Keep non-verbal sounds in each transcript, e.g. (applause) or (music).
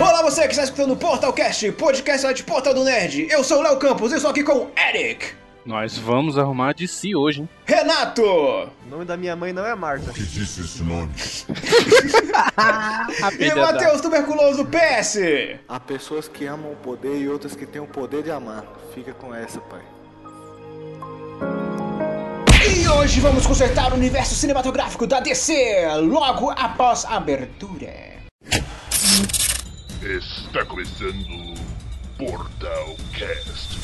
Olá, você que está escutando o Portalcast, podcast de Portal do Nerd. Eu sou o Léo Campos e estou aqui com Eric, Nós vamos arrumar de si hoje, hein? Renato O nome da minha mãe não é Marta. que disse esse nome? e Matheus Tuberculoso PS. Há pessoas que amam o poder e outras que têm o poder de amar. Fica com essa, pai. E hoje vamos consertar o universo cinematográfico da DC, logo após a abertura. Está começando Portal Cast.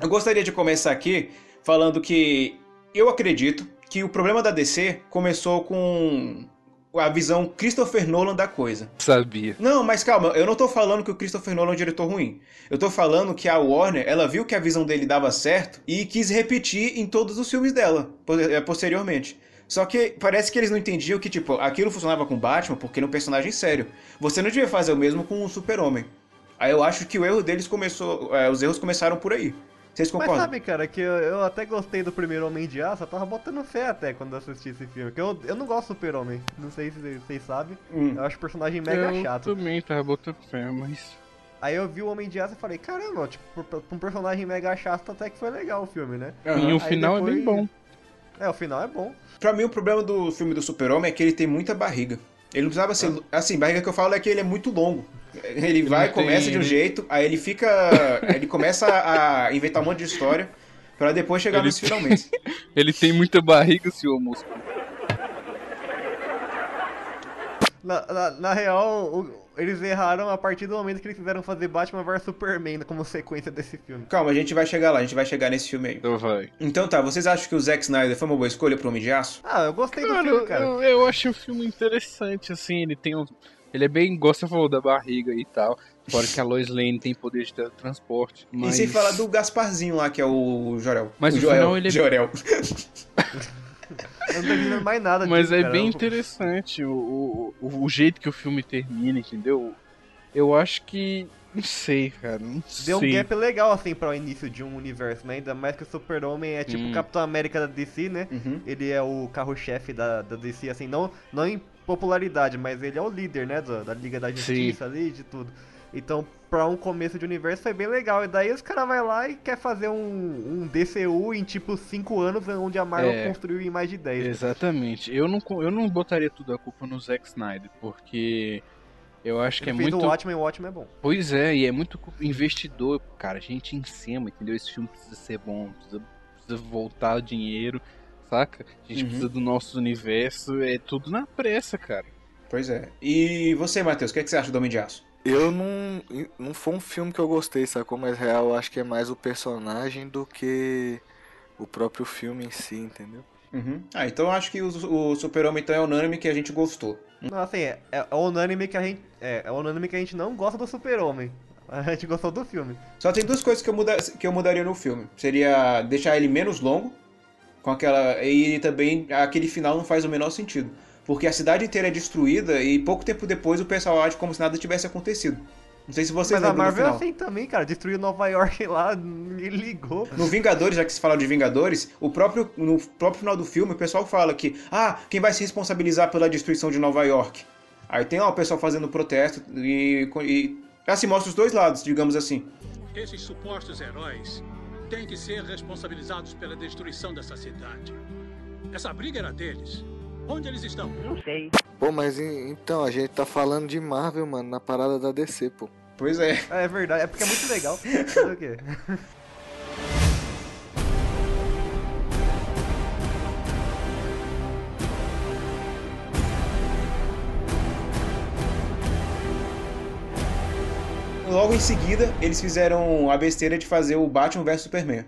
Eu gostaria de começar aqui falando que eu acredito que o problema da DC começou com a visão Christopher Nolan da coisa. Sabia. Não, mas calma, eu não tô falando que o Christopher Nolan é um diretor ruim. Eu tô falando que a Warner, ela viu que a visão dele dava certo e quis repetir em todos os filmes dela, po- eh, posteriormente. Só que parece que eles não entendiam que, tipo, aquilo funcionava com Batman porque ele é um personagem sério. Você não devia fazer o mesmo com o Super-Homem. Aí eu acho que o erro deles começou. eh, os erros começaram por aí. Vocês Mas concordam? sabe, cara, que eu, eu até gostei do primeiro Homem de Aço, eu tava botando fé até quando eu assisti esse filme. Porque eu, eu não gosto do Super-Homem, não sei se vocês sabem. Hum. Eu acho o personagem mega eu chato. também tava botando fé, mas... Aí eu vi o Homem de Aço e falei, caramba, tipo, pra- pra um personagem mega chato até que foi legal o filme, né? E o Aí final é bem depois- bom. É, o final é bom. Pra mim, o problema do filme do Super-Homem é que ele tem muita barriga. Ele não precisava ser. Assim, barriga que eu falo é que ele é muito longo. Ele vai, não tem- começa de um Ah. ele- jeito, aí ele fica. ele começa a inventar um monte de história pra depois chegar Ele- nos (laughs) finalmente. Ele tem muita barriga, senhor músculo. Na, na- na real, o- eles erraram a partir do momento que eles fizeram fazer Batman vs Superman como sequência desse filme. Calma, a gente vai chegar lá, a gente vai chegar nesse filme aí. Então vai. Então tá, vocês acham que o Zack Snyder foi uma boa escolha pro Homem de Aço? Ah, eu gostei do Cara, filme, cara. eu, eu achei o filme interessante, assim, ele tem um... Ele é bem, gosta falou da barriga e tal. Fora que a Lois Lane tem poder de teletransporte. Mas... E sem falar do Gasparzinho lá, que é o Jorel. Mas o no Joel. final ele é- Jorel. Eu não tô entendendo mais nada Mas disso, é cara. bem Eu- interessante o, o, o- o jeito que o filme termina, entendeu? Eu acho que. Não sei, cara. Não Deu sei. um gap legal, assim, para o início de um universo, né? Ainda mais que o Super-Homem é tipo Hum. o Capitão América da DC, né? Uhum. Ele é o carro-chefe da, da DC, assim, não, não em popularidade, mas ele é o líder, né? Da, da Liga da Justiça ali, de tudo. Então, pra um começo de universo foi bem legal. E daí os caras vai lá e quer fazer um, um DCU em tipo 5 anos, onde a Marvel É. construiu em mais de 10. Exatamente. Eu não, co- eu não botaria tudo a culpa no Zack Snyder, porque eu acho que Ele é fez muito. o Watchmen, o Watchmen é bom. Pois é, e é muito cu- investidor, cara. A gente em cima, entendeu? Esse filme precisa ser bom, precisa, precisa voltar o dinheiro, saca? A gente Uhum. precisa do nosso universo, é tudo na pressa, cara. Pois é. E você, Matheus, o que, é que você acha do Homem de Aço? Eu não. Não foi um filme que eu gostei, sacou? Mas real, eu acho que é mais o personagem do que o próprio filme em si, entendeu? Uhum. Ah, então eu acho que o, o Super-Homem então é unânime que a gente gostou. Não, assim, é, é unânime que a gente. É, é unânime que a gente não gosta do Super-Homem. (laughs) A gente gostou do filme. Só tem duas coisas que eu, muda- que eu mudaria no filme. Seria deixar ele menos longo, com aquela. E também aquele final não faz o menor sentido. Porque a cidade inteira é destruída e pouco tempo depois o pessoal age como se nada tivesse acontecido. Não sei se vocês Mas a lembram do Marvel é final. assim também, cara. Destruiu Nova York (laughs) lá, ninguém ligou. No Vingadores, já que se fala de Vingadores, o próprio, no próprio final do filme o pessoal fala que, ah, quem vai se responsabilizar pela destruição de Nova York? Aí tem lá o pessoal fazendo protesto e. e assim, mostra os dois lados, digamos assim. Esses supostos heróis têm que ser responsabilizados pela destruição dessa cidade. Essa briga era deles. Onde eles estão? Pô, mas e- então, a gente tá falando de Marvel, mano, na parada da DC, pô. Pois é. É verdade, é porque é muito legal. Fazer o quê? Logo em seguida, eles fizeram a besteira de fazer o Batman vs Superman.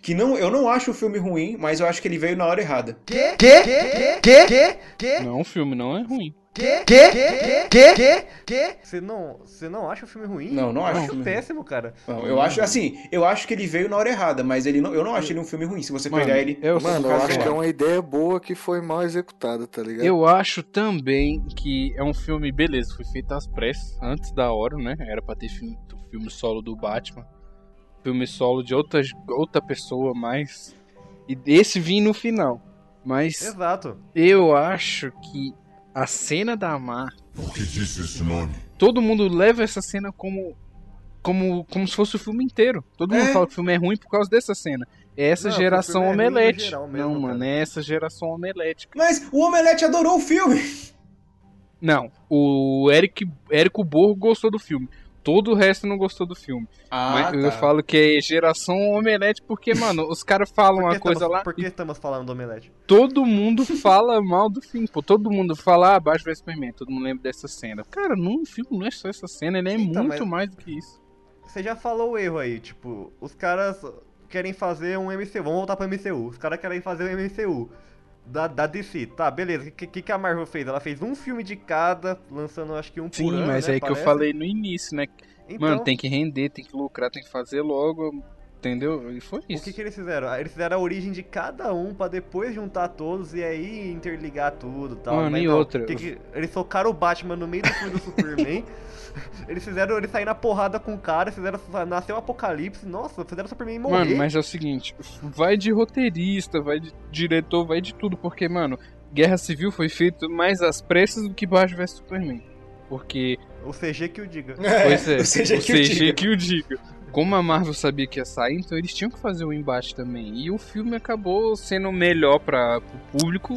Que não, eu não acho o filme ruim, mas eu acho que ele veio na hora errada. Não, o é um filme não é ruim. Que? Que? Que? Que? Que? Você não, você não acha o filme ruim? Não, não Eu acho o acho filme péssimo, cara. Não, eu Hum. acho, assim, eu acho que ele veio na hora errada, mas ele não, eu não acho ele um filme ruim. Se você Mano, pegar ele. eu- um Mano, eu eu acho que é acho. uma ideia boa que foi mal executada, tá É. ligado? Eu acho também que é um filme, beleza, foi feito às pressas, antes da hora, né? Era pra ter filme, filme solo do Batman, filme solo de outra, outra pessoa, mas. E esse vim no final. É. Mas Exato. eu acho que a cena da Mar, Por que disse esse nome? todo mundo leva essa cena como. Como, como se fosse o filme inteiro. Todo mundo É. fala que o filme é ruim por causa dessa cena. É essa Não, porque o geração filme é ruim no omelete. geral mesmo, não, mano, cara. é essa geração omelete. Mas o Omelete adorou o filme. Não, o Eric, Érico Borgo gostou do filme. Todo o resto não gostou do filme. Ah, Mas eu tá. (laughs) falo que é geração omelete porque, mano, os caras falam Por que uma coisa estamos- lá Por e que estamos falando do Omelete? todo mundo fala mal do filme. Pô, todo mundo fala ah, abaixo do Superman, todo mundo lembra dessa cena. Cara, não, o filme não é só essa cena, ele é Então, muito mas- mais do que isso. Você já falou o erro aí, tipo, os caras querem fazer um MCU, vamos voltar pro MCU. Os caras querem fazer um MCU da, da DC, tá, beleza. O que, que, que a Marvel fez? Ela fez um filme de cada, lançando acho que um por Sim, ano, mas né, é que eu parece. falei no início, né? Então, Mano, tem que render, tem que lucrar, tem que fazer logo, entendeu? E foi O isso. que, que eles fizeram? Ah, Eles fizeram a origem de cada um pra depois juntar todos e aí interligar tudo e tal. Mano, mas e não, outra? que que- Eles socaram o Batman no meio do filme do Superman. (laughs) Eles fizeram ele sair na porrada com o cara, fizeram nascer o apocalipse. Nossa, fizeram o Superman morrer. Mano, mas é o seguinte, vai de roteirista, vai de diretor, vai de tudo, porque, mano, Guerra Civil foi feito mais às pressas do que Batman vs Superman. Porque, O CG que o diga. pois é, (laughs) Ou seja, o que eu CG diga. que o diga. Como a Marvel sabia que ia sair, então eles tinham que fazer o embate também. E o filme acabou sendo melhor para o público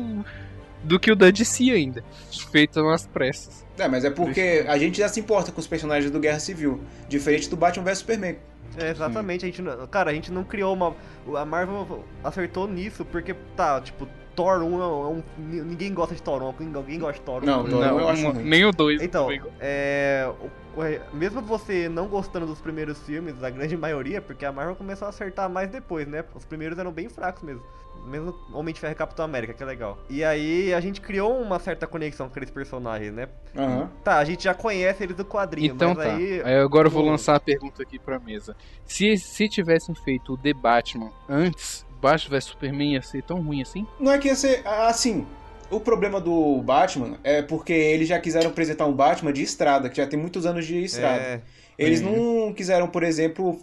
do que o da DC ainda, feito às pressas. É, mas é porque a gente já se importa com os personagens do Guerra Civil, diferente do Batman vs Superman. É, exatamente, a gente não, cara, a gente não criou uma a Marvel acertou nisso porque tá, tipo, Thor 1 é um, ninguém gosta de Thor 1, alguém, alguém gosta de Thor 1. Não, Thor um é Não, eu acho uma- ruim. nem o dois. Então, foi um. igual. é, o- o- mesmo você não gostando dos primeiros filmes, da grande (laughs) maioria, porque a Marvel começou a acertar mais depois, né? Os primeiros eram bem fracos mesmo. Mesmo Homem de Ferro e Capitão América, que é legal. E aí a gente criou uma certa conexão com aqueles personagens, né? Aham. Tá, a gente já conhece eles do quadrinho, Então mas tá. aí. Aí agora eu vou pô, lançar a pergunta aqui pra mesa. Se, se tivessem feito o The Batman antes, Batman vs Superman ia ser tão ruim assim? Não é que ia ser. Assim, o problema do Batman é porque eles já quiseram apresentar um Batman de estrada, que já tem muitos anos de estrada. é, Eles não quiseram, por exemplo.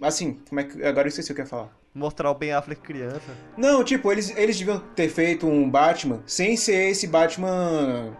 Assim, como é que. Agora eu esqueci o que eu ia falar. mostrar o Ben Affleck criança. Não, tipo, eles, eles deviam ter feito um Batman sem ser esse Batman.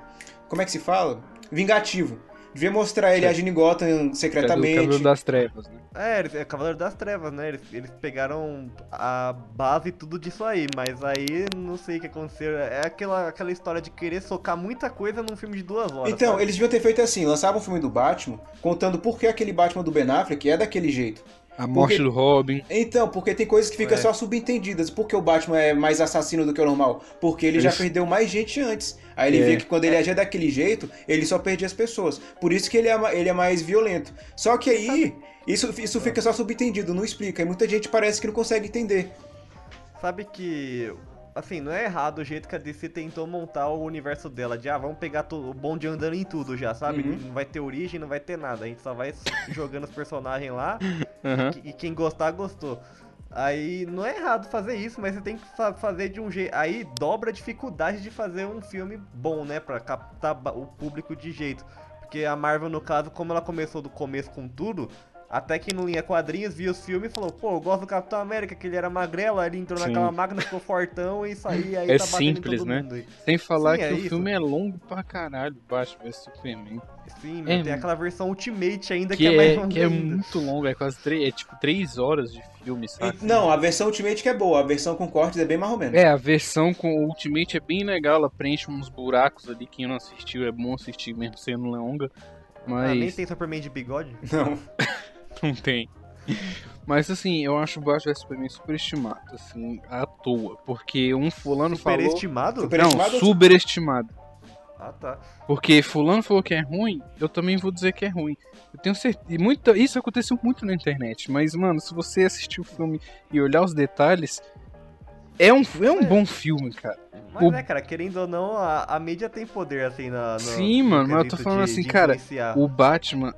Como é que se fala? Vingativo. Devia mostrar ele agindo em Gotham É do secretamente. Cavaleiro das Trevas, né? É, eles- é Cavaleiro das Trevas, né? Eles, eles pegaram a base e tudo disso aí, mas aí não sei o que aconteceu. É aquela, aquela história de querer socar muita coisa num filme de duas horas. Então, sabe? eles deviam ter feito assim, lançavam um filme do Batman, contando por que aquele Batman do Ben Affleck é daquele jeito. A morte do Robin. Então, porque tem coisas que ficam É. só subentendidas. Por que o Batman é mais assassino do que o normal? Porque ele já Eles- perdeu mais gente antes. Aí ele É. vê que quando ele agia daquele jeito, ele só perdia as pessoas. Por isso que ele é, ma- ele é mais violento. Só que aí, isso, isso fica só subentendido, não explica. E muita gente parece que não consegue entender. Sabe que. Assim, não é errado o jeito que a DC tentou montar o universo dela. De ah, vamos pegar to- o bonde andando em tudo já, sabe? Uhum. Não vai ter origem, não vai ter nada. A gente só vai jogando os personagens lá. Aham. Que- E quem gostar, gostou. Aí não é errado fazer isso, mas você tem que fa- fazer de um jeito. Aí dobra a dificuldade de fazer um filme bom, né? Pra captar ba- o público de jeito. Porque a Marvel, no caso, como ela começou do começo com tudo, até que não linha quadrinhos, via os filmes e falou: pô, eu gosto do Capitão América, que ele era magrelo, aí ele entrou Sim. naquela máquina, ficou fortão e saiu. Aí É tá batendo em simples, todo né? Mundo. aí. Sem falar Sim, que é o isso. filme é longo pra caralho, Batman vs Superman. Sim, É, tem aquela versão Ultimate ainda que, Que, mais é, longa que é ainda. muito longo, é quase três, é tipo três horas de filme, sabe? E- não, a versão Ultimate que é boa, a versão com cortes é bem mais ou menos. É, a versão com o Ultimate é bem legal, ela preenche uns buracos ali, quem não assistiu é bom assistir mesmo sendo longa. Mas... Ah, nem tem Superman de bigode? Não. Não tem. Mas assim, eu acho o Batman vs Superman superestimado, assim, à toa. Porque um fulano falou. Superestimado? Super- Não, Superestimado? superestimado. Ah, tá. Porque fulano falou que é ruim, eu também vou dizer que é ruim. Eu tenho certeza. e Muito... Isso aconteceu muito na internet. Mas, mano, se você assistir o filme e olhar os detalhes, É um, é um bom filme, cara. Mas O- né, cara, querendo ou não, a, a mídia tem poder, assim, na. no- Sim, no mano, mas eu tô quesito falando de- assim, de cara, influenciar. O Batman.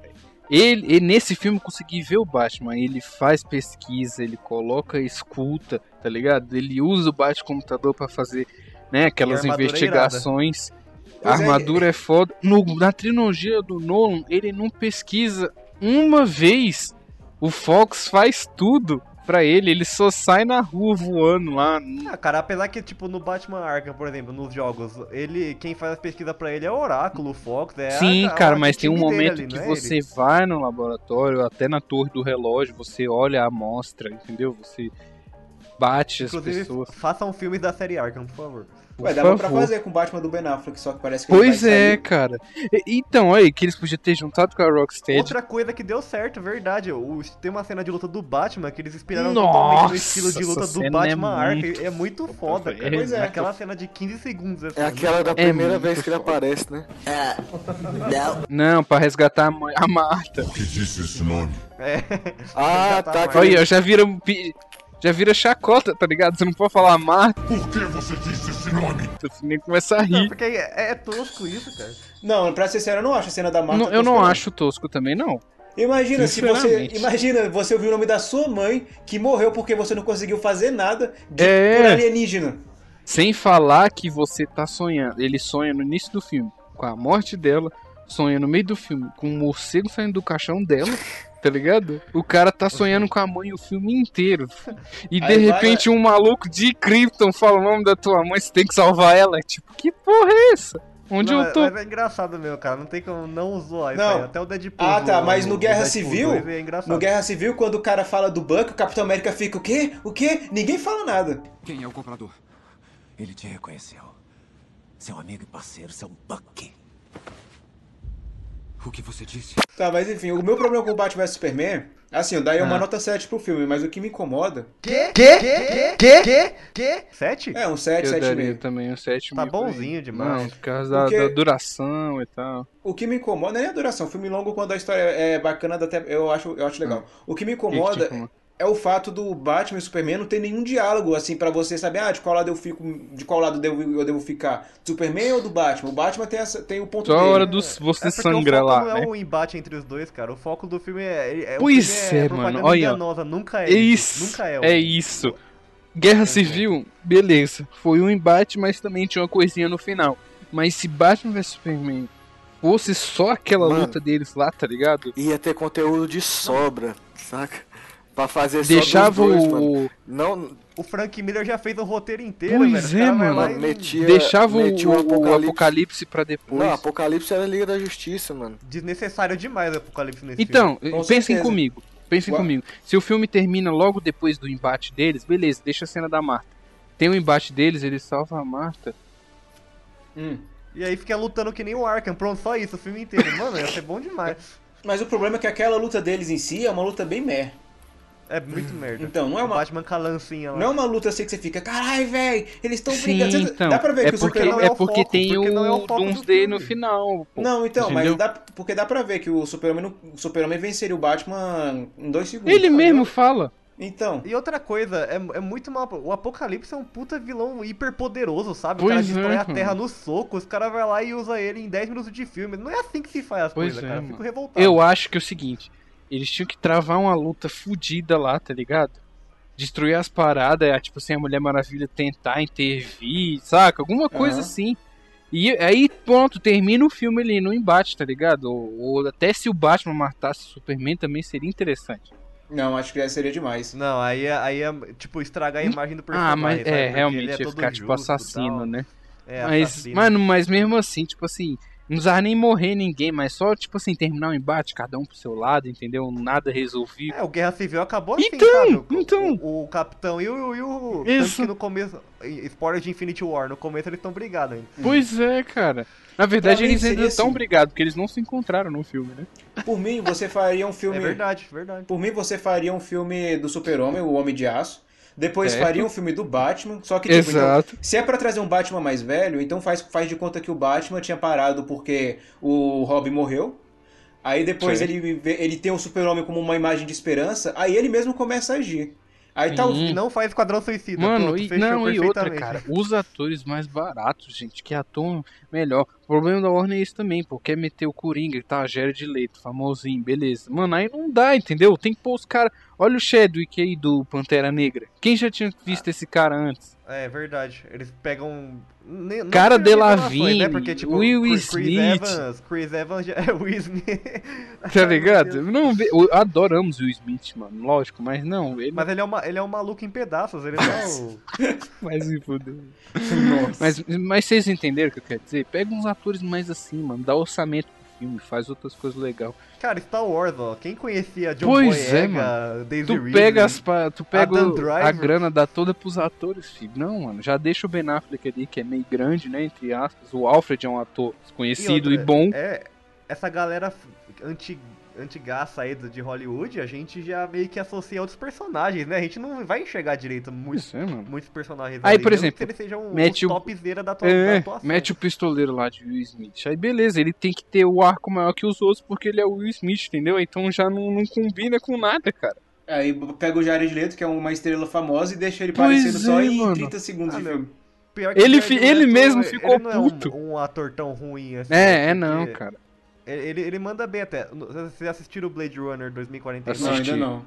Ele, e nesse filme eu consegui ver o Batman. Ele faz pesquisa, ele coloca, escuta, tá ligado? Ele usa o Batcomputador pra fazer, né, aquelas E a armadura é investigações. A Pois é, armadura é, foda. No- na trilogia do Nolan, ele não pesquisa uma vez. O Fox faz tudo pra ele. Ele só sai na rua voando lá. Ah, cara, apesar que, tipo, no Batman Arkham, por exemplo, nos jogos, ele. Quem faz a pesquisa pra ele é o Oráculo, o Fox, é a- Sim, a- cara, o mas tem um time dele momento ali, que não é ele? você vai no laboratório, até na torre do relógio, você olha a amostra, entendeu? Você bate as Inclusive, pessoas. façam filmes da série Arkham, por favor. Por Ué, dava pra favor. fazer com o Batman do Ben Affleck, só que parece que ele Pois vai é, sair. cara. E- Então, olha aí, que eles podiam ter juntado com a Rocksteady. Outra coisa que deu certo, verdade. o- tem uma cena de luta do Batman que eles inspiraram Nossa, totalmente no estilo de luta essa do cena Batman é Arkham. muito É muito foda, foda, velho. cara. Pois é. Aquela cena de 15 segundos. Assim, É aquela da É primeira muito vez que ele foda. aparece, né? Não, pra resgatar a, mãe, a Marta. Que disse esse nome? É. (laughs) Ah, tá, tá. mas- que- Olha, aí, já vira um pi- já vira chacota, tá ligado? Você não pode falar Marta, Por que você disse esse nome? você nem começa a Não, rir. porque é, é tosco isso, cara. Não, pra ser sério, eu não acho a cena da Marta. Não, eu não tosca, acho tosco também, não. Imagina se você. Sinceramente. Imagina você ouvir o nome da sua mãe que morreu porque você não conseguiu fazer nada de, É. por alienígena. Sem falar que você tá sonhando. Ele sonha no início do filme com a morte dela, sonha no meio do filme com um morcego saindo do caixão (laughs) dela, tá ligado? O cara tá sonhando com a mãe o filme inteiro. E de Aí vai- repente um maluco de Krypton fala o nome da tua mãe, você tem que salvar ela. É Tipo, que porra é essa? Onde não, eu tô? Mas é engraçado mesmo, cara. Não tem como não zoar isso Não. aí. Até o Deadpool. Ah, tá, no- mas no Guerra Deadpool Civil- 2 É engraçado. No Guerra Civil, quando o cara fala do Buck, o Capitão América fica o quê? O quê? Ninguém fala nada. Quem é o comprador? Ele te reconheceu. Seu amigo e parceiro, seu Bucky. O que você disse? Tá, mas enfim, o meu problema com o Batman vs Superman, assim, eu daria uma Ah. nota 7 pro filme, mas o que me incomoda Que? Que? Que? Que? Que? Que? Sete? é um 7, Eu daria 7,5. também um 7 Tá bonzinho demais. Não, por causa da, Porque- da duração e tal. O que me incomoda não é nem a duração, filme longo quando a história é bacana, dá até, eu, acho, eu acho legal. O que me O Ah. que que te incomoda é o fato do Batman e Superman não ter nenhum diálogo, assim, pra você saber, ah, de qual lado eu fico, de qual lado devo- eu devo ficar, do Superman ou do Batman? O Batman tem, essa, tem o ponto Só a dele. hora do você É porque o sangra foco lá, não né? é o embate entre os dois, cara. O foco do filme é. é- é- o Pois filme é, propaganda mano, olha, ó. enganosa, nunca é. É isso. Nunca é. É isso. Guerra Civil, beleza. Foi um embate, mas também tinha uma coisinha no final. Mas se Batman vs Superman fosse só aquela Mano. luta deles lá, tá ligado? Ia ter conteúdo de sobra, saca? Pra fazer só Deixava dos dois, mano. o. Não, O Frank Miller já fez o roteiro inteiro, Pois velho. Os é, cara vai mano. lá e- mano, metia, Deixava o, metia o apocalipse. pra depois. um Não, Apocalipse era Liga da Justiça, mano. Desnecessário demais o Apocalipse nesse Então, Com pensem certeza. comigo. Pensem Uau. comigo. Se o filme termina logo depois do embate deles, beleza, deixa a cena da Marta. Tem o embate deles, ele salva a Marta. Hum. filme. E aí fica lutando que nem o Arkham. Pronto, só isso, o filme inteiro. Mano, ia ser bom demais. Mas o problema é que aquela luta deles em si é uma luta bem meh. É muito merda. Então, não é O uma- Batman com a lancinha lá. Não é uma luta assim que você fica, carai, velho, eles estão Sim, brigando. Você- então. Dá pra ver é que o porque, Superman. não é o porque foco, tem porque não é o, o foco do Doomsday no filme. final. pô. Não, então, é, Entendeu? mas dá, porque dá pra ver que o Superman, não- o Superman venceria o Batman em dois Tá segundos. Ele mesmo fala. Então, E outra coisa, é, é muito mal. O Apocalipse é um puta vilão hiperpoderoso, sabe? o cara Pois é, destrói a mano. terra no soco, os caras vão lá e usa ele em 10 minutos de filme. Não é assim que se faz as Pois coisas, é, cara. Eu mano. Fico revoltado. Eu acho que é o seguinte, eles tinham que travar uma luta fodida lá, tá ligado? Destruir as paradas, é, tipo assim, a Mulher Maravilha tentar intervir, saca? Alguma coisa Aham. assim. E aí, pronto, termina o filme ali no embate, tá ligado? Ou, ou até se o Batman matasse o Superman também seria interessante. não, acho que já seria demais. Não, aí é, aí é, tipo, estragar a imagem do personagem. ah, mas sabe? é, Porque ele realmente, ia todo ficar tipo justo e assassino, tal. né? É, mas, assassino. mano, mas mesmo assim, tipo assim, não precisava nem morrer ninguém, mas só, tipo assim, terminar o embate, cada um pro seu lado, entendeu? Nada resolvido. É, o Guerra Civil acabou assim, Então, sabe? O- então. O, o Capitão e o... E o tanto Isso. que no começo... Spoiler de Infinity War, no começo eles estão brigados ainda. Pois é, cara. Na verdade, Pra mim, eles ainda seria estão assim. brigados, porque eles não se encontraram no filme, né? Por mim, você faria um É filme. verdade, verdade. Por mim, você faria um filme do Super-Homem, o Homem de Aço. Depois Certo. faria um filme do Batman. Só que, tipo, então, É. Exato. se é pra trazer um Batman mais velho, então faz, faz de conta que o Batman tinha parado porque o Robin morreu. Aí depois Sim. ele, vê- ele tem o Super-Homem como uma imagem de esperança. Aí ele mesmo começa a agir. Aí tá o. Sim. E não faz Esquadrão Suicida. Hum. Mano, Pronto, e, fechou não, e outra, perfeitamente. cara, os atores mais baratos, gente, que atuam melhor. O problema da Warner é isso também, pô. Quer meter o Coringa, que tá Jared Leto, famosinho, beleza. Mano, aí não dá, entendeu? Tem que pôr os caras. Olha o Chadwick aí do Pantera Negra. Quem já tinha visto esse cara (laughs) antes? É verdade. Eles pegam. ne- não Cara tem Delevingne, revelações, Will né? tipo, Chris- Chris Smith. Evans, Chris Evans já (laughs) é Will Smith. Tá ligado? Não, vê- o- adoramos o Smith, mano, lógico, mas não, ele Mas ele é, uma, ele é um maluco em pedaços, ele não é o... mais se fudeu. Nossa. Mas, mas vocês entenderam o que eu quero dizer? Pega uns atores mais assim, mano, dá orçamento pro filme, faz outras coisas legais. Cara, Star Wars, ó. Quem conhecia John Pois é, Boyega, Daisy Tu Ridley, pega, as pa- tu pega né? Adam o- a Driver. grana dá toda pros atores, filho. Não, mano. Já deixa o Ben Affleck ali, que é meio grande, né? Entre aspas. O Alfred é um ator desconhecido e, outra, bom. É, essa galera f- anti, antigaça aí do- de Hollywood, a gente já meio que associa outros personagens, né? A gente não vai enxergar direito muitos, Isso é, mano. muitos personagens Aí, ali, por mesmo que exemplo, eles sejam mete os o- topzera da, atua- da É, atuação. mete o pistoleiro lá de Will Smith. Aí beleza, ele tem que ter o arco maior que os outros porque ele é o Will Smith, entendeu? Então já não, não combina com nada, cara. Aí pega o Jared Leto, que é uma estrela famosa, e deixa ele Pois parecendo só é, em mano. 30 segundos Ah, de meu. filme. Pior que Ele o fi- Jared ele Leto, mesmo ele ficou não puto. É um, um ator tão ruim assim. É, é porque não, cara. Ele, ele- ele manda bem até. Vocês assistiram o Blade Runner 2049? Não, ainda Assisti. não.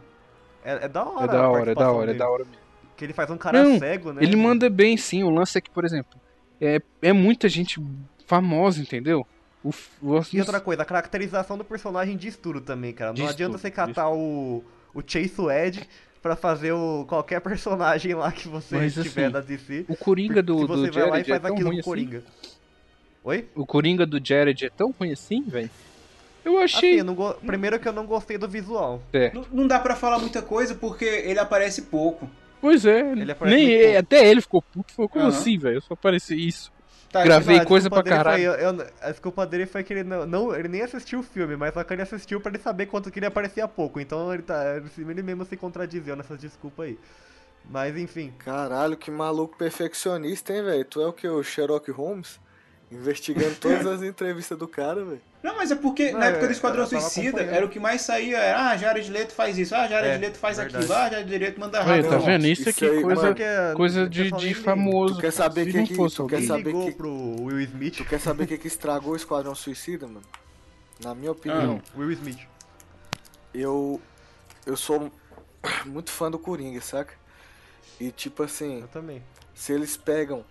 É, é da hora. É a da hora, é da participação hora, é dele. da hora mesmo. Que ele faz um cara Não, cego, né? Ele manda bem, sim. O lance é que, por exemplo, é, é muita gente famosa, entendeu? O, f- o, E outra coisa, a caracterização do personagem diz tudo também, cara. Não Diz adianta tudo, você catar o, o Chase Ed pra fazer o, qualquer (laughs) personagem lá que você Mas, tiver assim, da DC. O Coringa do, se do você Jared vai lá e é faz tão aquilo ruim com o assim. Coringa. Oi? O Coringa do Jared é tão ruim assim, velho. Eu Assim, achei. eu não go- primeiro que eu não gostei do visual. É. Não, não dá pra falar muita coisa porque ele aparece pouco. Pois é. Ele aparece nem muito pouco. até ele ficou puto. Falou, como Aham. assim, velho? Eu só apareci isso. Tá, Gravei Ah, a coisa pra desculpa dele caralho. foi- eu- eu- a desculpa dele foi que ele não, não- Ele nem assistiu o filme, mas só que ele assistiu pra ele saber quanto que ele aparecia pouco. Então ele, tá, ele mesmo se contradizeu nessas desculpas aí. Mas enfim. Caralho, que maluco perfeccionista, hein, velho? Tu é o que? O Sherlock Holmes? Investigando (laughs) todas as entrevistas do cara, velho. Não, mas é porque Não, na época eu- do Esquadrão eu tava Suicida acompanhando. era o que mais saía, era, ah, Jared Leto faz isso, ah, Jared É, Leto faz verdade. aquilo, ah, Jared Leto manda Aí, rápido. tá não, vendo? Isso isso aqui é aí, coisa, mano, Porque- coisa eu de, falei de nem- famoso. tu quer cara. saber Se que não aqui- fosse tu alguém- quer Quem saber ligou que- pro Will Smith? Tu quer saber o que, que estragou o Esquadrão Suicida, mano? Na minha opinião, Ah. Will Smith. eu. Eu sou muito fã do Coringa, saca? E tipo assim. Eu também. Se eles pegam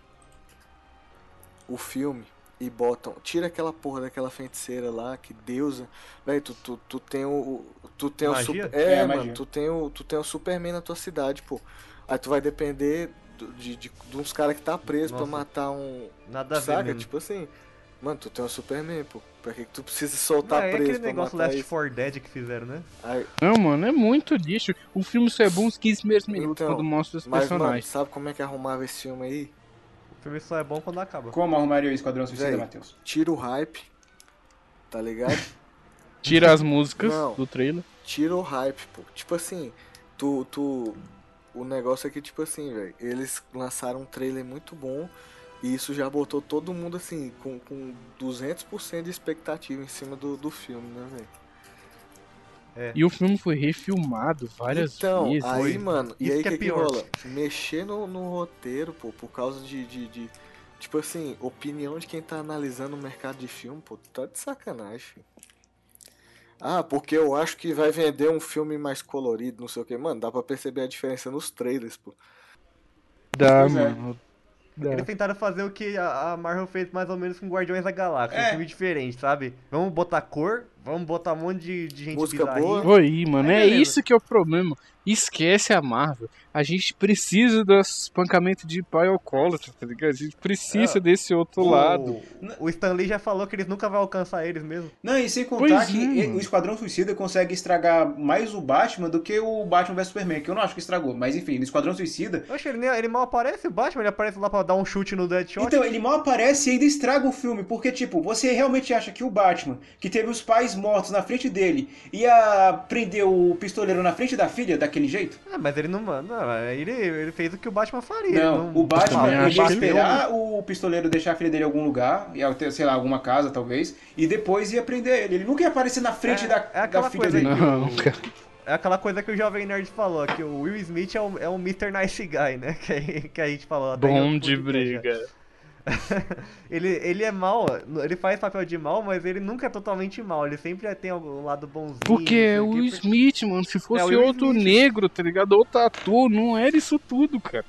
o filme e botam. Tira aquela porra daquela feiticeira lá, que deusa. Véi, tu, tu, tu tem o. Tu tem Magia? o super. É, É, a magia. mano, tu tem, o, tu tem o Superman na tua cidade, pô. Aí tu vai depender do- de, de, de uns caras que tá preso pra Nossa. matar um. Nada a ver saca? mesmo. Tipo assim. Mano, tu tem o Superman, pô. Pra que que tu precisa soltar é tá preso aquele pra negócio matar Left isso? 4 Dead que fizeram, né? Aí, Não, mano, é muito lixo. O filme só é bom uns 15 primeiros minutos Então, quando mostra os mas, mano, personagens. sabe como é que arrumava esse filme aí? O filme só é bom quando acaba. Como arrumaria o Esquadrão Suicida, Véi. Matheus? Tira o hype. Tá ligado? Tira as músicas Não. do trailer. tira o hype, pô. Tipo assim, tu, tu. O negócio é que, tipo assim, velho, eles lançaram um trailer muito bom e isso já botou todo mundo, assim, com, com 200% de expectativa em cima do, do filme, né, velho? E o filme foi refilmado várias Então, vezes. aí, mano, e Isso aí que que, é que pior. rola? Mexer no, no roteiro, pô, por causa de, de, de- Tipo assim, opinião de quem tá analisando o mercado de filme, pô, tá de sacanagem, filho. Ah, porque eu acho que vai vender um filme mais colorido, não sei o que. Mano, dá pra perceber a diferença nos trailers, pô. Dá, Pois é. mano. Dá. Eles tentaram fazer o que a a Marvel fez mais ou menos com Guardiões da Galáxia. É. Um filme diferente, sabe? Vamos botar cor, vamos botar um monte de, de gente Música bizarrinha. boa. Oi, mano, Aí, é beleza. isso que é o problema. Esquece a Marvel. A gente precisa do espancamento de pai alcoólatra, tá ligado? A gente precisa É. desse outro lado. O, o Stan Lee já falou que eles nunca vão alcançar eles mesmo. Não, e sem contar Pois que é, e- mano. o Esquadrão Suicida consegue estragar mais o Batman do que o Batman vs Superman, que eu não acho que estragou, mas enfim, no Esquadrão Suicida. Oxe, ele, nem- ele mal aparece, o Batman, ele aparece lá pra dar um chute no Deadshot. Então, ele mal aparece e ainda estraga o filme, porque, tipo, você realmente acha que o Batman, que teve os pais mortos na frente dele, ia prender o pistoleiro na frente da filha daquele jeito? Ah, mas ele não manda. Ele, ele fez o que o Batman faria. Não, o também Batman acho ele ia que esperar o pistoleiro deixar a filha dele em algum lugar, ia ter, sei lá, alguma casa talvez, e depois ia prender ele. Ele nunca ia aparecer na frente É, da, é da aquela filha coisa dele. Não, (laughs) cara. É aquela coisa que o Jovem Nerd falou, que o Will Smith é um, é um Mr. Nice Guy, né? (laughs) Que, a- que a gente falou. até em Bom outro de podcast já. briga. (laughs) ele, ele é mal, ele faz papel de mal, mas ele nunca é totalmente mal. Ele sempre é, tem algum lado bonzinho. Porque é não sei o quê, porque- Smith, mano. Se fosse É Will outro Smith. negro, tá ligado? Outro ator, não era isso tudo, cara.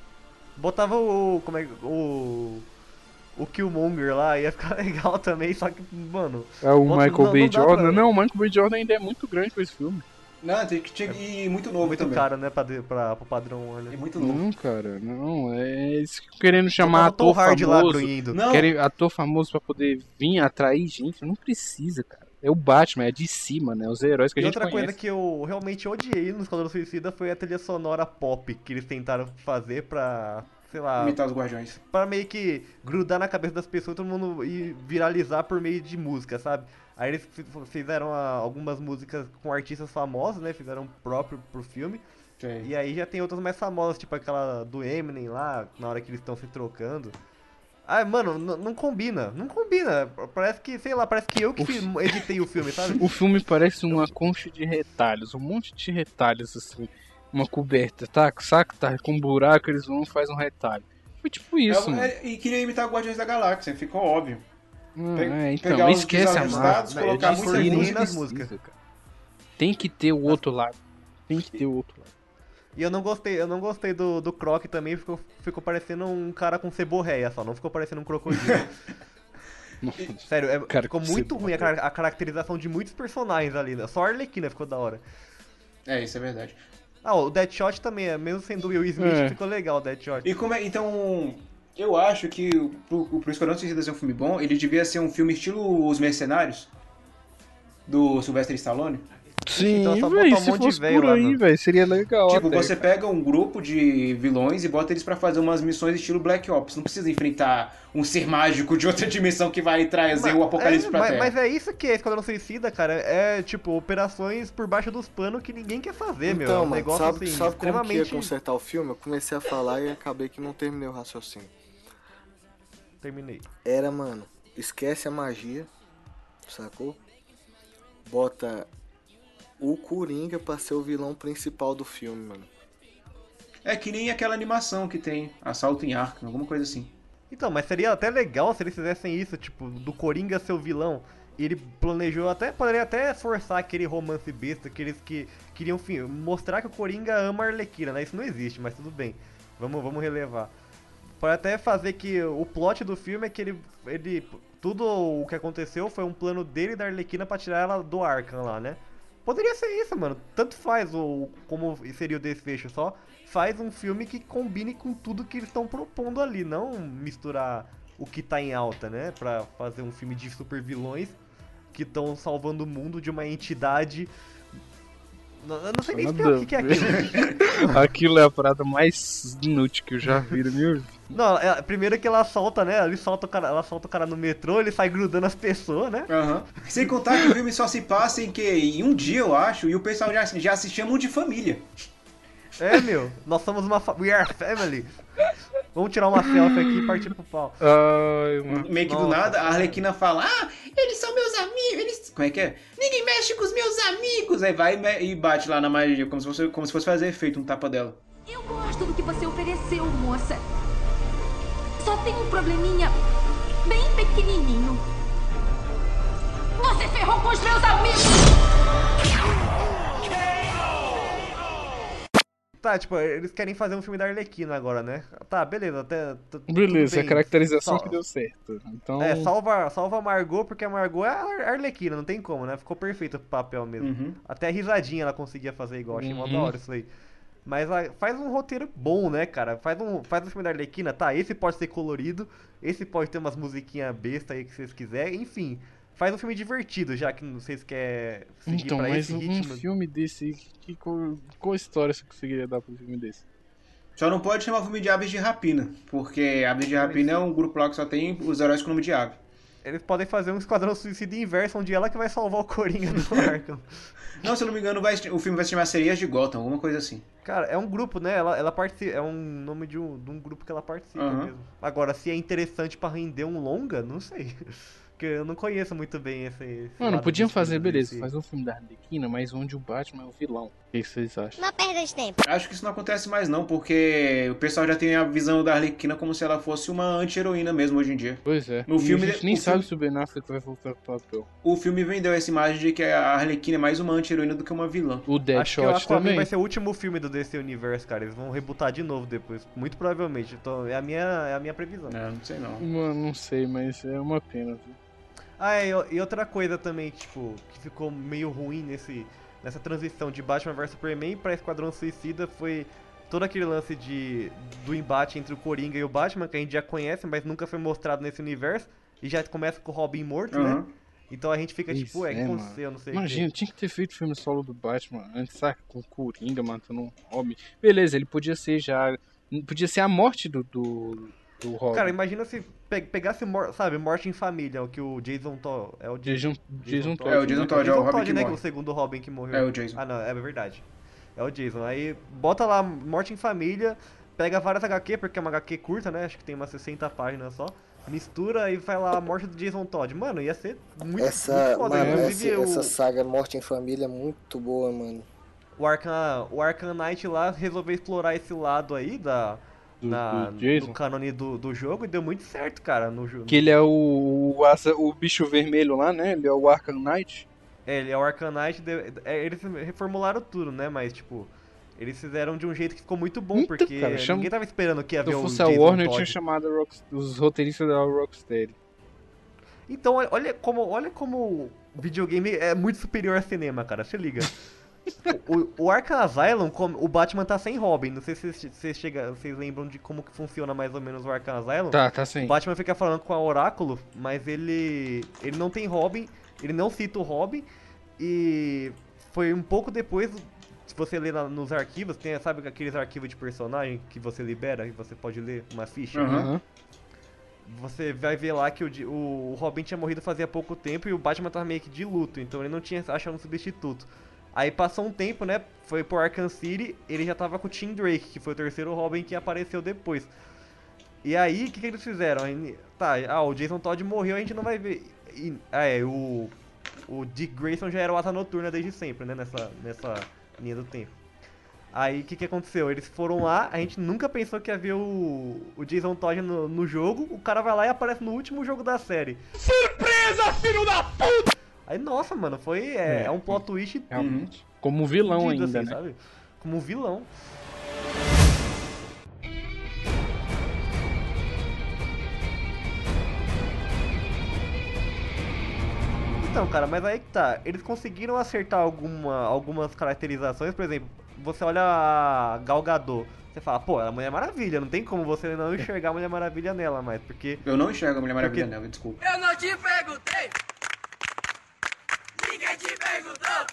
Botava o. Como é que- O. O Killmonger lá, ia ficar (laughs) legal também, só que, mano. É o Outro- Michael não- Bay não dá Jordan. pra- Não, o Michael Bay Jordan ainda é muito grande pra esse filme. Não, tem que tinha que- e muito novo Muito também. caro, né, pra, de- pra, pro padrão E Warner. muito novo. Não, cara, não. É eles ficam querendo chamar Botava o Tom ator Hardy lá famoso. né, grunhindo. Não, Querem ator famoso pra poder vir atrair gente. Não precisa, cara. É o Batman, é de cima, né? Os heróis que E a gente outra coisa conhece. que eu realmente odiei no Esquadrão Suicida foi a trilha sonora pop que eles tentaram fazer pra, sei lá, imitar os Guardiões. pra meio que grudar na cabeça das pessoas todo mundo e viralizar por meio de música, sabe? Aí eles fi- fizeram ah, algumas músicas com artistas famosos, né? Fizeram próprio pro filme. Sei. E aí já tem outras mais famosas, tipo aquela do Eminem lá, na hora que eles estão se trocando. Ah, mano, n- não combina, não combina. Parece que, sei lá, parece que eu que fi- editei o filme, (laughs) sabe? O filme parece uma concha de retalhos, um monte de retalhos, assim. Uma coberta, tá? Saca? Tá com um buraco, eles vão e fazem um retalho. Foi tipo isso, É, mano. é, e queria imitar Guardiões da Galáxia, ficou óbvio. Não, Pe- é, então, pegar os esquece a desajustados, Marvel. né? colocar Eles muita nem música nas precisam, músicas. cara. Tem que ter o outro lado. Tem que ter o outro lado. E eu não gostei, eu não gostei do, do Croc também, ficou, ficou parecendo um cara com ceborreia só, não ficou parecendo um crocodilo. Sério, é- Cara ficou com muito ruim a, ceborreia. cara- a caracterização de muitos personagens ali, né? só a Arlequina ficou da hora. É, isso é verdade. Ah, o Deadshot também, é, mesmo sendo o Will Smith, É. ficou legal o Deadshot. E como é, então, eu acho que o- pro, pro Esquadrão Suicida ser um filme bom, ele devia ser um filme estilo Os Mercenários, do Sylvester Stallone. Sim, Então só velho, botar um se monte de fosse velho por lá, aí, mano. velho, seria legal tipo, até. você pega um grupo de vilões e bota eles pra fazer umas missões estilo Black Ops. Não precisa enfrentar um ser mágico de outra (laughs) dimensão que vai trazer o apocalipse é, pra mas, Terra. mas é isso que é Esquadrão Suicida, cara. É, tipo, operações por baixo dos panos que ninguém quer fazer, meu. É Então, um mano, negócio sabe, assim, sabe como que é ia extremamente. consertar o filme? Eu comecei a falar e acabei que não terminei o raciocínio. Terminei. Era, mano, esquece a magia, sacou? Bota o Coringa pra ser o vilão principal do filme, mano. É que nem aquela animação que tem, Assalto em Arkham, alguma coisa assim. Então, mas seria até legal se eles fizessem isso, tipo, do Coringa ser o vilão. E ele planejou até, poderia até forçar aquele romance besta, aqueles que queriam enfim, mostrar que o Coringa ama a Arlequina, né? Isso não existe, mas tudo bem. Vamos, vamos relevar. Para até fazer que o plot do filme é que ele, ele. Tudo o que aconteceu foi um plano dele e da Arlequina pra tirar ela do Arkham lá, né? Poderia ser isso, mano. Tanto faz o como seria o desfecho só. Faz um filme que combine com tudo que eles estão propondo ali, não misturar o que tá em alta, né? Pra fazer um filme de super vilões que estão salvando o mundo de uma entidade. Não- Eu não sei nem explicar o que, que é aquilo. Aquilo é a parada mais inútil que eu já vi na minha vida. (laughs) Não, é, primeiro que ela solta, né? Ele solta o cara, ela solta o cara no metrô, ele sai grudando as pessoas, né? Aham. Sem contar que o filme só se passa em que em um dia, eu acho, e o pessoal já, já se chamam de família. É, meu. Nós somos uma. fa- We are family. Vamos tirar uma selfie aqui e partir pro pau. Ai, mano. Meio que do Hum. Nossa. nada, a Arlequina fala: Ah, eles são meus amigos, eles. Como é que é? Ninguém mexe com os meus amigos! Aí vai e me- e bate lá na magia, como se fosse, como se fosse fazer efeito um tapa dela. Eu gosto do que você ofereceu, moça. Só tem um probleminha bem pequenininho. Você ferrou com os meus amigos! Tá, tipo, eles querem fazer um filme da Arlequina agora, né? Tá, beleza, até. tu- tudo Beleza, bem. a caracterização Sal- que deu certo. Então, É, salva, salva a Margot, porque a Margot é a Ar- Arlequina, não tem como, né? Ficou perfeito pro papel mesmo. Uhum. Até a risadinha ela conseguia fazer igual, achei mó Uhum. da hora isso aí. Mas ah, faz um roteiro bom, né, cara? Faz um, faz um filme da Arlequina, tá? Esse pode ser colorido, esse pode ter umas musiquinhas besta aí que vocês quiserem, enfim. Faz um filme divertido, já que vocês querem seguir então pra mas esse um ritmo. filme desse, aí, que, que- qual, qual história você conseguiria dar pra um filme desse? Só não pode chamar o filme de Aves de Rapina, porque Aves de Rapina é um grupo lá que só tem os heróis com nome de ave. Eles podem fazer um esquadrão suicida inverso, onde ela que vai salvar o Coringa (laughs) do Arkham. Não, se eu não me engano, vai- o filme vai se chamar Sereias de Gotham, alguma coisa assim. Cara, é um grupo, né? Ela, ela participa. É um nome de um, de um grupo que ela participa Aham. mesmo. Agora, se é interessante pra render um longa, não sei. (laughs) Porque eu não conheço muito bem esse. esse Mano, lado podiam dos filmes fazer, em beleza, si. faz um filme da Arlequina, mas onde o Batman é o vilão. O que vocês acham? Não perda de tempo. Acho que isso não acontece mais não, porque o pessoal já tem a visão da Arlequina como se ela fosse uma anti-heroína mesmo hoje em dia. Pois é. No E filme- a gente nem o sabe se o Ben Affleck vai voltar pro papel. O filme vendeu essa imagem de que a Arlequina é mais uma anti-heroína do que uma vilã. O Acho que o Deadshot Aquaman também. vai ser o último filme do DC Universo, cara. Eles vão rebutar de novo depois, muito provavelmente. Então, é a minha, é a minha previsão. É, não sei não. Mano, não sei, mas é uma pena. viu? Ah, é, e e outra coisa também, tipo, que ficou meio ruim nesse, nessa transição de Batman vs Superman pra Esquadrão Suicida foi todo aquele lance de, do embate entre o Coringa e o Batman, que a gente já conhece, mas nunca foi mostrado nesse universo. E já começa com o Robin morto, né? Aham. Então a gente fica Isso, tipo, é, que é, aconteceu, não sei Imagina, tinha que ter feito filme solo do Batman antes, saca? Com o Coringa matando um Robin. Beleza, ele podia ser já. Podia ser a morte do, do, do o quê. Robin. Cara, imagina se pe- pegasse, mor- sabe, Morte em Família, o que o Jason Todd... É o Jason, Jason Todd. É, o Jason né? Todd, é o Jason Robin que Todd, né? que é O morre. segundo Robin que morreu. É o Jason. Ah, não, é verdade. É o Jason. Aí bota lá Morte em Família, pega várias HQ, porque é uma HQ curta, né? Acho que tem umas 60 páginas só. Mistura e vai lá a morte do Jason Todd. Mano, ia ser muito, Essa, muito foda. mano, essa, Inclusive, o, essa saga Morte em Família é muito boa, mano. o, Arkham, o Arkham Knight lá resolveu explorar esse lado aí da, Do- na, do Jason. do canone do, do jogo e deu muito certo, cara, no jogo. Que ele é o, o, asa- o bicho vermelho lá, né? Ele é o Arkham Knight. É, ele é o Arcanite, é, eles reformularam tudo, né? Mas, tipo, eles fizeram de um jeito que ficou muito bom, Então, porque cara, chama- ninguém tava esperando que ia Se ver eu o fosse a Jason Warner, eu Todd. tinha chamado a Rocks- os roteiristas da Rocksteady. Então, olha- olha como, olha como o videogame é muito superior ao cinema, cara, se (laughs) liga. o, o Arkham Asylum, como- o Batman tá sem Robin, não sei se vocês- vocês, chega- vocês lembram de como que funciona mais ou menos o Arkham Asylum. Tá, tá sim. O Batman fica falando com a Oráculo, mas ele ele não tem Robin, ele não cita o Robin e foi um pouco depois, se você ler na- nos arquivos, tem, sabe aqueles arquivos de personagem que você libera e você pode ler uma ficha? Aham. Aham. Você vai ver lá que o, di- o Robin tinha morrido fazia pouco tempo e o Batman tava meio que de luto, então ele não tinha achado um substituto. Aí passou um tempo, né? Foi pro Arkham City, ele já tava com o Tim Drake, que foi o terceiro Robin que apareceu depois. E aí, o que, que eles fizeram? Aí, Tá, ah, o Jason Todd morreu, a gente não vai ver. E- ah, é, o. O Dick Grayson já era o Asa Noturna desde sempre, né? Nessa, nessa linha do tempo. Aí o que, que aconteceu? Eles foram lá, a gente nunca pensou que ia ver o, o Jason Todd no, no jogo, o cara vai lá e aparece no último jogo da série. Surpresa, filho da puta! Aí, nossa, mano, foi. É, é um plot twist Realmente. Como vilão fudido, ainda, assim, né? sabe? Como um vilão. Então, cara, mas aí que tá. Eles conseguiram acertar alguma, algumas caracterizações, por exemplo, você olha a Gal Gadot, você fala, pô, ela é a Mulher Maravilha, não tem como você não enxergar a Mulher Maravilha nela mais, porque Eu não enxergo a Mulher Maravilha Porque- nela, desculpa. Eu não te perguntei! Ninguém te perguntou!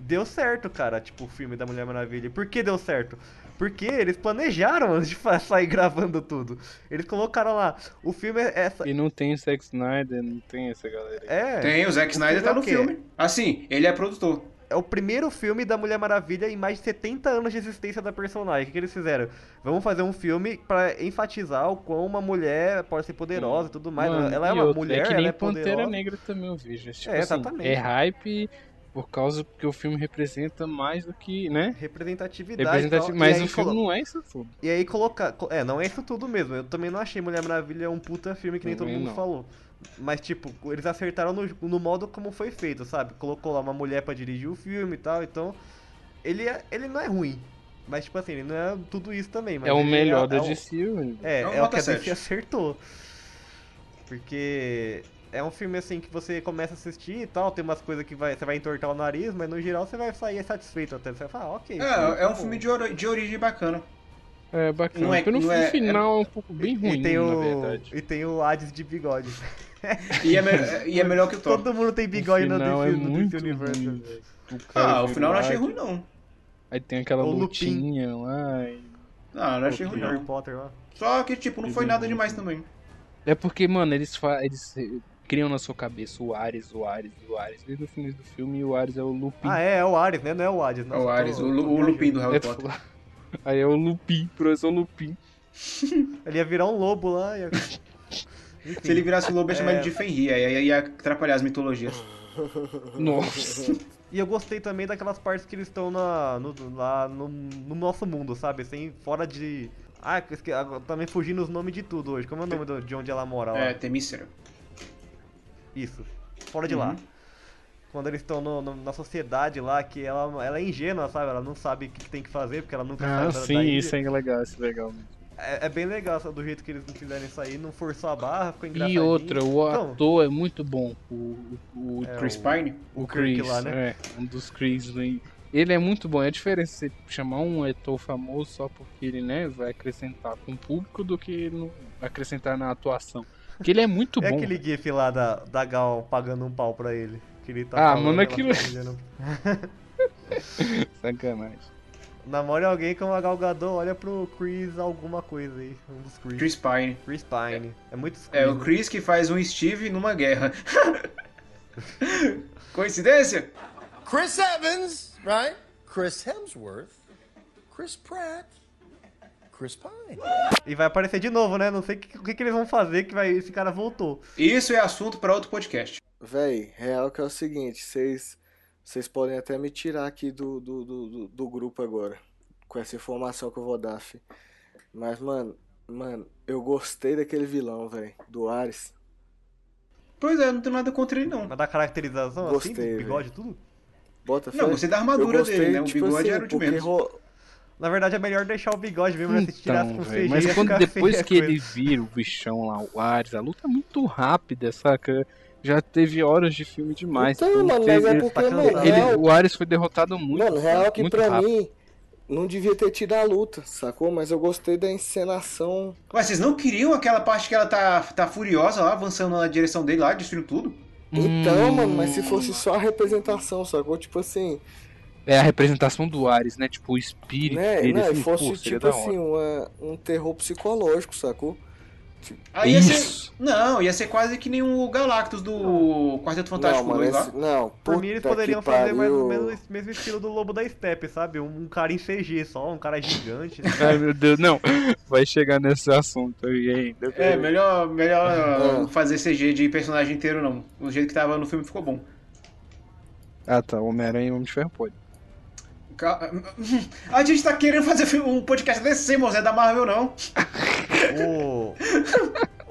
deu certo, cara, tipo, o filme da Mulher Maravilha. E Por que deu certo? Porque eles planejaram antes de fa- (laughs) sair gravando tudo. Eles colocaram lá, o filme é essa. E não tem Zack Snyder, não tem essa galera aí. É, Tem, o Zack Snyder tá no filme é o quê? filme. Assim, ele é produtor. é o primeiro filme da Mulher Maravilha em mais de 70 anos de existência da personagem. O que, que eles fizeram? Vamos fazer um filme pra enfatizar o quão uma mulher pode ser poderosa e tudo mais. Mano, ela é e uma outra, mulher, que nem ela é Pantera poderosa. Negra também eu vejo. Tipo É, assim, exatamente. é hype por causa que o filme representa mais do que, né? Representatividade. e Representativo, tal. E mas aí o filme colo- não é isso tudo. E aí colocar. co- É, não é isso tudo mesmo. Eu também não achei Mulher Maravilha um puta filme que nem Também todo mundo não. falou. Mas, tipo, eles acertaram no, no modo como foi feito, sabe? Colocou lá uma mulher pra dirigir o filme e tal, então. Ele, é- ele não é ruim. Mas, tipo assim, ele não é tudo isso também. Mas é o ele melhor da é, o- DC, velho. É, É um é o que a nota DC sete. acertou. Porque é um filme assim que você começa a assistir e tal, tem umas coisas que vai, você vai entortar o nariz, mas no geral você vai sair satisfeito até. Você vai falar, ah, ok. É, é tá um bom. filme de, ori- de origem bacana. É bacana. Não é- Porque no não é- final é um pouco bem ruim, e tem na o, verdade. E tem o Hades de bigode. E é, (laughs) me- e é melhor que o Thor. Todo mundo tem bigode O no final DC, é no muito DC Universe. ruim, velho. O cara Ah, o vira final eu não achei Hades, ruim, não. Aí tem aquela O Lupin. lutinha lá. e- Ah, não achei Do ruim, Harry não. Potter lá. Só que, tipo, não foi nada demais também. É porque, mano, eles, fa... eles eh, criam na sua cabeça o Ares, o Ares, o Ares. Desde o começo do filme, o Ares é o Lupin. Ah, é, é o Ares, né? Não é o Hades. É Nossa, o tô- Ares, tô o, Lu- o viajando. Lupin do Harry É, tu (laughs) tipo, Potter. fala- Aí é o é Lupin, professor Lupin. (laughs) Ele ia virar um lobo lá. Ia... Se ele virasse lobo, ia chamar ele de Fenrir, aí aí ia atrapalhar as mitologias. Uhum. Nossa. E eu gostei também daquelas partes que eles estão na, no, lá no, no nosso mundo, sabe? Sem, fora de. Ah, eu esque... agora tá me fugindo os nomes de tudo hoje. Como é o nome do- de onde ela mora lá? É, Temícera. Isso. Fora de Uhum. lá. Uhum. Quando eles estão no- no- na sociedade lá, que ela, ela é ingênua, sabe? Ela não sabe o que que tem que fazer, porque ela nunca Ah, saiu da- sim, daí. isso é legal, isso é legal. É, é bem legal, sabe? do jeito que eles não quiserem sair, não forçou a barra, ficou engraçadinho. E outra, o Então, ator é muito bom. O, o, o- É, Chris o- Pine? o Kirk Chris, lá, né? é, um dos Chris. Né? Ele é muito bom. É diferente você chamar um ator famoso só porque ele né, vai acrescentar com o público do que no- acrescentar na atuação. Porque ele é muito (laughs) é bom. aquele gif lá da, da Gal pagando um pau pra ele. Que ele tá Ah, falando, mano, ela aquilo- tá olhando. Sacanagem. Namore alguém com a Gal Gadot, olha pro Chris alguma coisa aí. Um dos Chris. Chris, Chris Pine. Pine. É, muito escuro. É o Chris que faz um Steve numa guerra. (laughs) Coincidência? Chris Evans, right? Chris Hemsworth, Chris Pratt, Chris Pine. E vai aparecer de novo, né? Não sei o que, o que, que eles vão fazer que vai... esse cara voltou. Isso é assunto pra outro podcast. Véi, real que é o seguinte, vocês vocês podem até me tirar aqui do, do, do, do- do grupo agora, com essa informação que eu vou dar, fi. Mas, mano, mano, eu gostei daquele vilão, véi, do Ares. Pois é, não tenho nada contra ele, não. Mas da caracterização assim, Gostei, do bigode e tudo? Bota Não, fé. gostei da Eu armadura gostei, dele, né? O tipo bigode assim, era o de porque menos. ro- Na verdade é melhor deixar o bigode mesmo, né? Se tirasse Então, com velho, CG mas ia quando ficar (laughs) feia depois a que coisa. ele vira o bichão lá, o Ares, a luta é muito rápida, saca? Já teve horas de filme demais. Então, Não mano, mas teve- é porque, mano, ele- real- o Ares foi derrotado tá muito. Mano, real cara, que muito pra rápido. mim não devia ter tido a luta, sacou? Mas eu gostei da encenação. Mas vocês não queriam aquela parte que ela tá, tá furiosa lá, avançando na direção dele lá, destruindo tudo? Hum. Então, mano, mas se fosse só a representação, sacou? Tipo assim, É a representação do Ares, né? Tipo, o espírito né? dele. Não, assim, e fosse pô, seria tipo da hora. assim, uma- um terror psicológico, sacou? Aí Ah, ia ser. Isso. Não, ia ser quase que nem o Galactus do Quarteto tá Não, tipo Fantástico mano, 2 lá. esse- não. Por mim eles puta que poderiam fazer mais pariu. ou menos esse mesmo estilo do Lobo da Steppe, sabe? Um, um cara em CG só, um (laughs) cara gigante. Ai, meu Deus, não. Vai chegar nesse assunto aí ainda. É, melhor, melhor É. fazer CG de personagem inteiro, não. O jeito que tava no filme ficou bom. Ah, tá. Homem-Aranha e Homem de Ferro pode. Ca- (laughs) A gente tá querendo fazer fi- um podcast desse sem Zé da Marvel, não. o,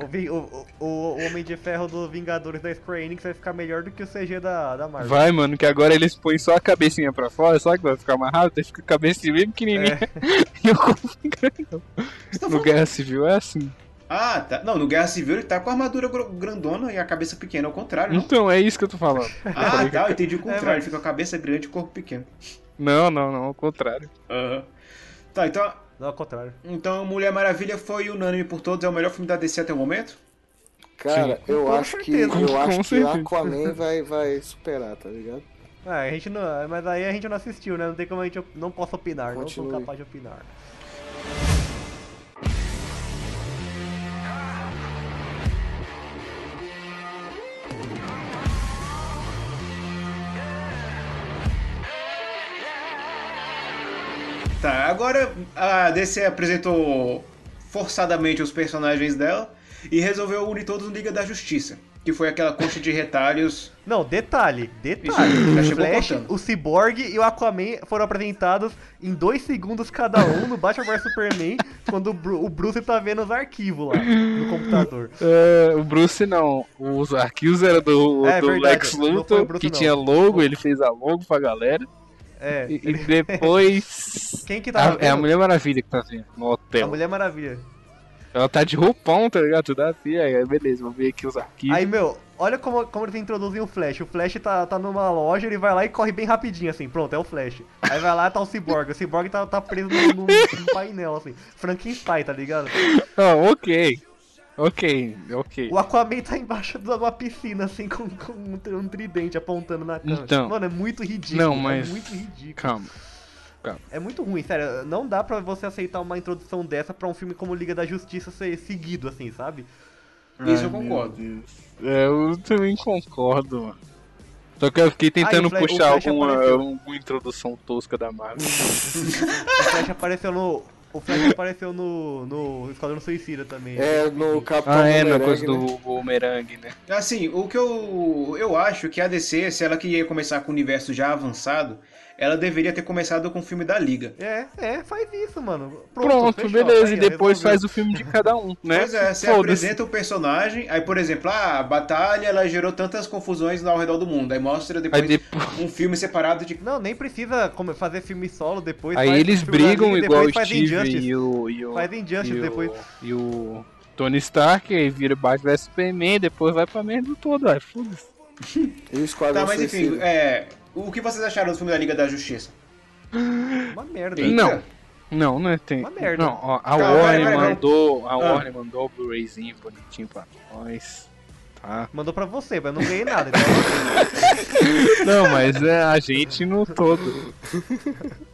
o, Ving- o, o, o Homem de Ferro dos Vingadores da Square Enix vai ficar melhor do que o CG da, da Marvel. Vai, mano, que agora eles põem só a cabecinha pra fora, só que vai ficar mais rápido, aí fica a cabecinha bem pequenininha. (laughs) E o corpo bem grandão. É. No Guerra Civil é assim. Ah, tá. Não, no Guerra Civil ele tá com a armadura gro- grandona e a cabeça pequena, ao contrário, não? Então, é isso que eu tô falando. Ah, tá, eu entendi o É, mas- contrário. Ele fica com a cabeça grande e o corpo pequeno. (laughs) Não, não, não, ao contrário. Aham. Tá, então, Não, ao contrário. então Mulher Maravilha foi unânime por todos, é o melhor filme da DC até o momento? Cara, eu toda acho que certeza. eu Com acho que certeza. Aquaman vai vai superar, tá (laughs) ligado? Ah, a gente não, mas aí a gente não assistiu, né? Não tem como a gente op- não possa opinar, não sou Continue. capaz de opinar. Tá, agora a DC apresentou forçadamente os personagens dela e resolveu unir todos no Liga da Justiça, que foi aquela concha de retalhos. Não, detalhe, Isso, já detalhe. O chegou Flash, contando. o Cyborg e o Aquaman foram apresentados em dois segundos cada um no Batman vs (laughs) Superman, quando o, Bru- o Bruce tá vendo os arquivos lá no computador. É, o Bruce não. Os arquivos eram do, É, do verdade, Lex não foi o Luthor, Bruce, que não. tinha logo, ele fez a logo pra galera. É. E, (laughs) e depois. Quem que A- tava é a vendo? Mulher Maravilha que tá assim, no A hotel. Mulher Maravilha. Ela tá de roupão, tá ligado? Tudo assim, aí, beleza, vou ver aqui os arquivos. Aí, meu, olha como, como eles introduzem o Flash. O Flash tá, tá numa loja, ele vai lá e corre bem rapidinho, assim. Pronto, é o Flash. Aí vai lá, tá o Cyborg. O Cyborg tá, tá preso no, no- no painel, assim. Frankenstein, tá ligado? Não, ok. Ok, ok. O Aquaman tá embaixo de uma piscina, assim, com, com um, tri- um tridente apontando na câmera. Então. Mano, é muito ridículo. Não, mas- É muito ridículo. Calma. É muito ruim, sério. Não dá pra você aceitar uma introdução dessa pra um filme como Liga da Justiça ser seguido, assim, sabe? Isso Ai, eu concordo. meu Deus. É, eu também concordo, mano. Só que eu fiquei tentando o Flash- o puxar Flash alguma, apareceu. alguma introdução tosca da Marvel. O Flash apareceu no. O O Flash apareceu no, no Esquadrão Suicida também. É, no Capitão Ah, é, na Boomerang, coisa né? do Boomerang, né? Assim, o que eu, eu acho que a DC, se ela queria começar com o universo já avançado, ela deveria ter começado com o filme da Liga. É, é, faz isso, mano. Pronto, fechou, tá beleza. aí, e depois resolveu. faz o filme de cada (laughs) um, né? Pois é, você Foda-se. apresenta o personagem, aí, por exemplo, ah, a batalha ela gerou tantas confusões ao redor do mundo. Aí mostra depois, Aí depois- um filme separado de. Não, nem precisa como- fazer filme solo depois. Aí faz eles filme da brigam Liga, igual o depois faz Steve Injustice. e o, e o. Faz Injustice e o- depois. E o Tony Stark, aí vira Batman vs Superman, depois vai pra merda toda, ai, foda-se. E o Esquadrão Tá, mas enfim, Suicida. é, o que vocês acharam do filme da Liga da Justiça? Uma merda. Eita. Não. Não, não é tem. Uma merda. Não, ó, a Calma, Warner peraí, peraí, peraí. mandou. A Ah. Warner mandou o Blu-rayzinho bonitinho pra nós. Tá. Mandou pra você, mas eu não ganhei nada. então- Não, mas é a gente no todo.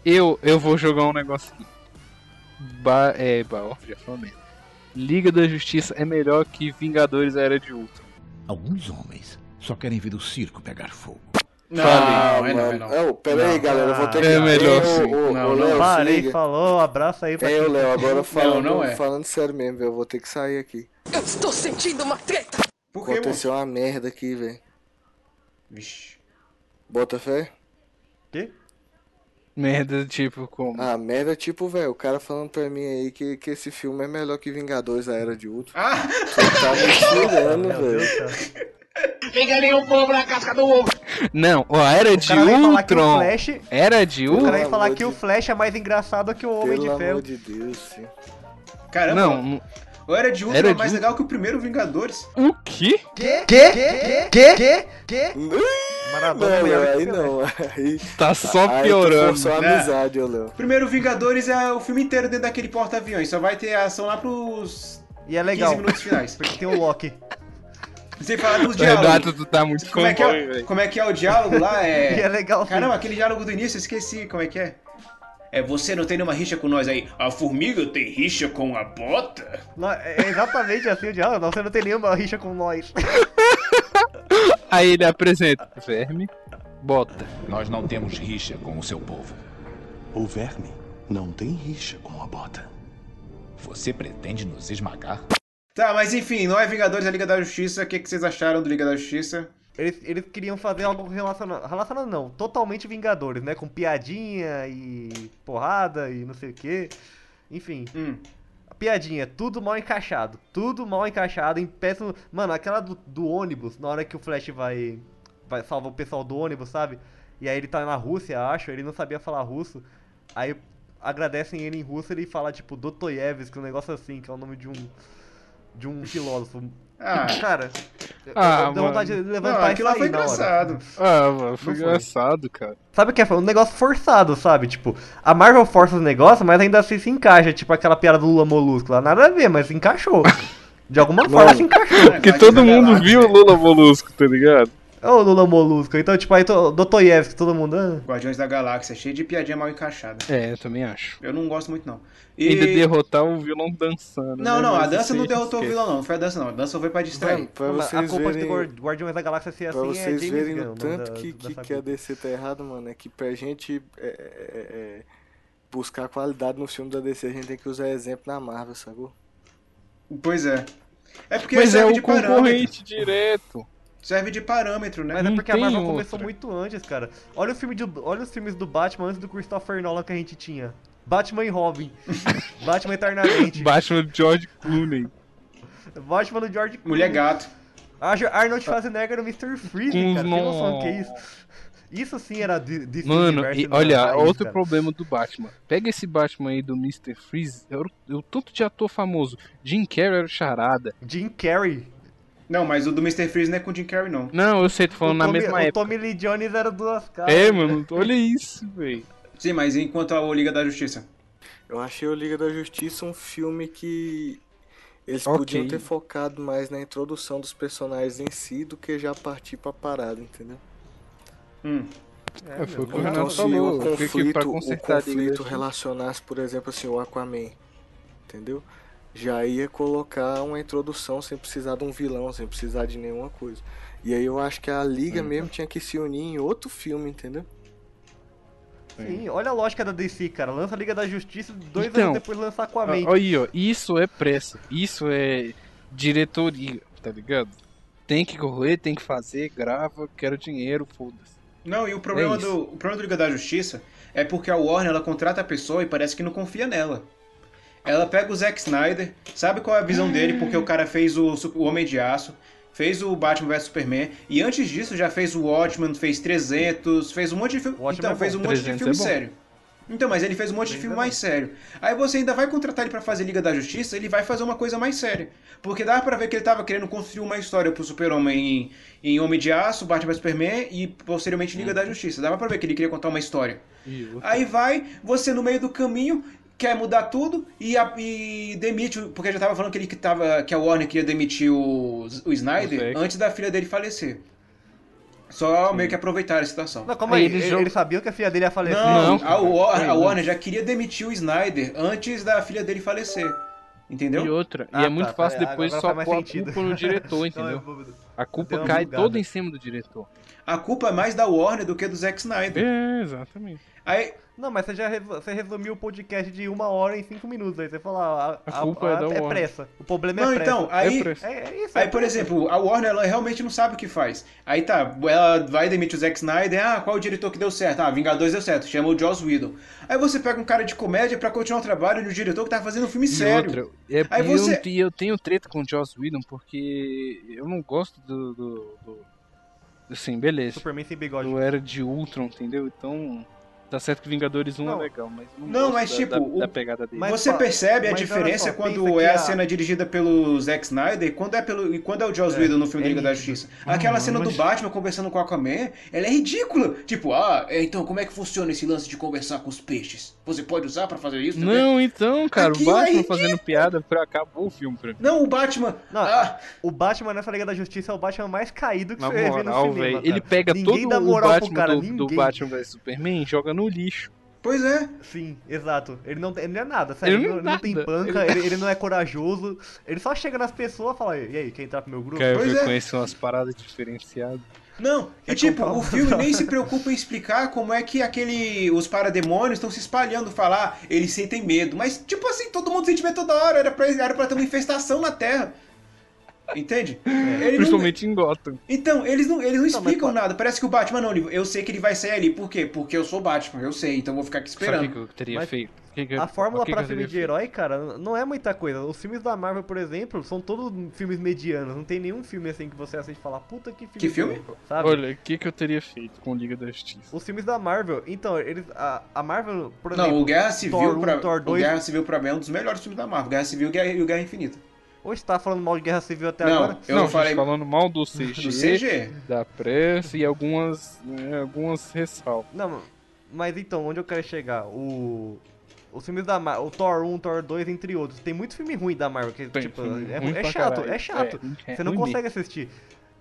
Eu, eu vou jogar um negócio aqui. Ba é, ba ó, já falei. merda. Liga da Justiça é melhor que Vingadores Era de Ultron. (laughs) Alguns homens só querem ver o circo pegar fogo. Não, Fala é não, é Ah, mano. não. Ô, pera aí, galera, eu vou ter é que... melhor Ô, sim. Não, ô, ô, não. Léo, se Parei, liga. falou, abraço aí pra Ei, ô, quem- Léo, agora (laughs) falando, não é. falando sério mesmo, velho, eu vou ter que sair aqui. Eu estou sentindo uma treta! Por que, mano? Aconteceu uma merda aqui, velho. Vixe. Bota fé? Quê? Merda, tipo, como. Ah, merda tipo, velho, o cara falando pra mim aí que, que esse filme é melhor que Vingadores, A Era de Ultron. Ah! Tá (laughs) me tirando, Meu Deus velho. do céu. Não, ó, Era O de cara vai falar que o Ultron. Flash... Era de O cara Ultron. vai falar amor que o de- Flash é mais engraçado que o Homem Pelo de Ferro. amor de Deus, sim. é Caramba, Não, não- eu era de Ultron Era é de mais Ultron. legal que o primeiro Vingadores. o quê? Maradona é Não, melhor Léo, que aí o Pelé. não. (laughs) Aí, Tá só aí tu piorando. forçou a É. né? amizade, ô Léo. O primeiro Vingadores é o filme inteiro dentro daquele porta-aviões, só vai ter ação lá pros E é legal, 15 minutos finais. porque tem o Loki. Sem falar dos diálogos. Renato, tu tá muito Como é, que fanboy, é, velho. como é que é o diálogo lá? (laughs) E é É... legal. sim. Caramba, aquele diálogo do início, eu esqueci como é que é. É, você não tem nenhuma rixa com nós aí. A formiga tem rixa com a bota? Lá- É exatamente assim o diálogo. Você não tem nenhuma rixa com nós. Aí ele apresenta. Verme, bota. Nós não temos rixa com o seu povo. O verme não tem rixa com a bota. Você pretende nos esmagar? Tá, mas enfim, não é Vingadores, é Liga da Justiça. O que, que vocês acharam do Liga da Justiça? Eles, eles queriam fazer algo relacionado. Relacionado não, totalmente Vingadores, né? Com piadinha e porrada e não sei o quê. Enfim, Hum. a piadinha, tudo mal encaixado. Tudo mal encaixado, em péssimo. Mano, aquela do, do ônibus, na hora que o Flash vai. Vai salvar o pessoal do ônibus, sabe? E aí ele tá na Rússia, acho, ele não sabia falar russo. Aí agradecem ele em russo ele fala, tipo, Dostoiévski, um negócio assim, que é o nome de um. De um filósofo. Ah, Cara, Ah, eu- eu dá vontade de levantar não, e aquilo lá sair foi na hora. engraçado. Ah, mano, foi Não foi. engraçado, cara. Sabe o que é? Um negócio forçado, sabe? Tipo, a Marvel força os negócios, mas ainda assim se encaixa. Tipo aquela piada do Lula Molusco lá. Nada a ver, mas se encaixou. De (laughs) alguma forma se encaixou. Porque todo mundo viu o Lula Molusco, tá ligado? Ô, Lula Molusco. Então, tipo, aí to- Dostoiévski, todo mundo. ah. Guardiões da Galáxia, cheio de piadinha mal encaixada. É, eu também acho. Eu não gosto muito, não. E... E... Ainda derrotar o vilão dançando. Não, né? não, a Mas isso dança aí não a gente derrotou o esquece. vilão, não. Não foi a dança, não. A dança foi pra distrair. Mano, pra Mano, a vocês culpa é de verem... Guar- Guardiões da Galáxia ser Pra assim é vocês James verem Gunn, o tanto da- que, da que, saga. que a DC tá errada, mano, é que pra gente é, é, é, buscar qualidade no filme da DC, a gente tem que usar exemplo na Marvel, sacou? Pois é. É porque Mas é serve o de parâmetro. concorrente direto. Serve de parâmetro, né? Mas Hum, é Não porque a tem Marvel começou outra. muito antes, cara. Olha, o filme de, olha os filmes do Batman antes do Christopher Nolan que a gente tinha. Batman (laughs) e Robin. Batman Eternamente. Batman do George Clooney. Batman do George Clooney. Mulher gato. Ar- Arnold Schwarzenegger no Mr. Freeze, Com cara. Tem Hum, no- noção do que é isso? Isso sim era de, de Mano, universo e na olha, raiz, outro cara. problema do Batman. Pega esse Batman aí do Mr. Freeze, era o, o tanto de ator famoso. Jim Carrey era o charada. Jim Carrey. Não, mas o do Mr. Freeze não é com o Jim Carrey, não. Não, eu sei, tô falando o na Tommy, né? mesma o época. Tommy Lee Jones era duas caras. É, mano, olha isso, velho. Sim, mas enquanto a Liga da Justiça. Eu achei o Liga da Justiça um filme que eles Ok. podiam ter focado mais na introdução dos personagens em si do que já partir pra parada, entendeu? Hum. É, foi o que o Ou Renato então se falou. o o que que pra conflito, o consertar a Liga da um conflito Justiça- relacionasse, por exemplo, assim, o Aquaman, entendeu? Já ia colocar uma introdução sem precisar de um vilão, sem precisar de nenhuma coisa. E aí eu acho que a Liga mesmo tinha que se unir em outro filme, entendeu? Sim, olha a lógica da DC, cara. Lança a Liga da Justiça dois Então, anos depois lança Aquaman. Ó, Aí, ó, isso é pressa. Isso é diretoria, tá ligado? Tem que correr, tem que fazer, grava, quero dinheiro, foda-se. Não, e o problema, É isso. do, o problema do Liga da Justiça é porque a Warner ela contrata a pessoa e parece que não confia nela. Ela pega o Zack Snyder, sabe qual é a visão dele, porque o cara fez o, Su- o Homem de Aço, fez o Batman vs Superman, e antes disso já fez o Watchman, fez 300, fez um monte de filme. Watchmen Então, é bom. fez um monte de 300 filme é bom. sério. Então, mas ele fez um monte de filme mais sério. Aí você ainda vai contratar ele pra fazer Liga da Justiça, ele vai fazer uma coisa mais séria. Porque dava pra ver que ele tava querendo construir uma história pro Super-Homem em, em Homem de Aço, Batman vs Superman e posteriormente Liga da Justiça. Dava pra ver que ele queria contar uma história. Aí vai, você no meio do caminho quer mudar tudo e, a- e demite, o- porque já tava falando que ele que tava que a Warner queria demitir o, o Snyder Zack. antes da filha dele falecer. Só meio que aproveitaram a situação. Não, calma aí, ele, ele sabia que a filha dele ia falecer. Não, a, War- a Não. Warner já queria demitir o Snyder antes da filha dele falecer. Entendeu? E outra, Ah, e é tá, muito fácil tá, depois agora só faz mais pôr a sentido. culpa no (laughs) (laughs) diretor, Não, eu um entendeu? vou- A dei culpa uma cai bugada. toda em cima do diretor. A culpa é mais da Warner do que do Zack Snyder. É, exatamente. Aí, Não, mas você já resu- você resumiu o podcast de uma hora em cinco minutos. Aí você fala, ah, A culpa é da Warner. pressa. O problema é Não, pressa. então, aí, É, é isso, aí é por pressa. exemplo, a Warner ela realmente não sabe o que faz. Aí tá, ela vai demitir o Zack Snyder, ah, qual o diretor que deu certo? Ah, Vingadores deu certo, chama o Joss Whedon. Aí você pega um cara de comédia pra continuar o trabalho de um diretor que tá fazendo um filme sério. E outra, é, Aí eu, você- e eu tenho treta com o Joss Whedon porque eu não gosto do. do, do- assim, beleza. Superman sem bigode. é? Eu era de Ultron, entendeu? Então. Tá certo que Vingadores 1 Não. é legal, mas não, Não, gosto mas da, tipo, da, o- da pegada dele. Você percebe a diferença quando é a cena dirigida pelo Zack Snyder e quando é, pelo, e quando é Ah, o Joss Whedon no filme da Liga da Justiça. Aquela cena do Batman conversando com o Aquaman, ela é ridícula. Tipo, ah, é, então como é que funciona esse lance de conversar com os peixes? Você pode usar pra fazer isso? também? Não, então, cara, Aquilo o é Batman ridículo. fazendo piada pra, acabou o filme pra mim. Não, o Batman. "Ah, Não, O Batman nessa Liga da Justiça é o Batman mais caído (laughs) que Na você vê no moral, cinema. velho, cara. ele pega Ninguém todo dá o moral pro Batman cara, do, do ninguém. Batman vs Superman e joga no lixo. Pois é. Sim, exato. Ele não, tem- ele não é nada, sério. Ele Ele não não, é ele não tem nada. banca, Ele- ele, ele não é corajoso. Ele só chega nas pessoas e fala, e aí, quer entrar pro meu grupo? Quer ver conhecer umas paradas diferenciadas. Não, e Quer tipo, comprar um- o filme (laughs) nem se preocupa em explicar como é que aquele os parademônios estão se espalhando, falar, eles sentem medo. Mas, tipo assim, todo mundo sente medo toda hora, era pra, era pra ter uma infestação na Terra. Entende? Ele não- É. Principalmente em Gotham. Então, eles não, eles não explicam nada. Parece que o Batman não, ele- eu sei que ele vai sair ali. Por quê? Porque eu sou Batman, eu sei, então eu vou ficar aqui Sabe o que, que esperando. eu teria Mas feito? O que que eu- A fórmula o que que pra eu filme teria de herói, cara, não é muita coisa. Os filmes da Marvel, por exemplo, são todos filmes medianos. Não tem nenhum filme assim que você assiste e fala, puta que filme. Que filme? bom", Sabe? Olha, o que, que eu teria feito com Liga da Justiça? Os filmes da Marvel, então, eles. A, a Marvel, por exemplo. Não, o Guerra Civil, Thor 1, pra, Thor o 2. Guerra Civil pra mim é um dos melhores filmes da Marvel. Guerra Civil e Guerra- e o Guerra Infinita. Hoje você tá falando mal de Guerra Civil até Não, agora? eu não, falei- gente, falando mal (laughs) do CG, do CG. da pressa e algumas, né, algumas ressalvas. Não, mas então, onde eu quero chegar? O. Os filmes da Marvel, o Thor 1, Thor 2, entre outros. Tem muito filme ruim da Marvel, que, tipo, filme é, ruim é pra chato, caralho. é chato. É, você não ruim consegue assistir.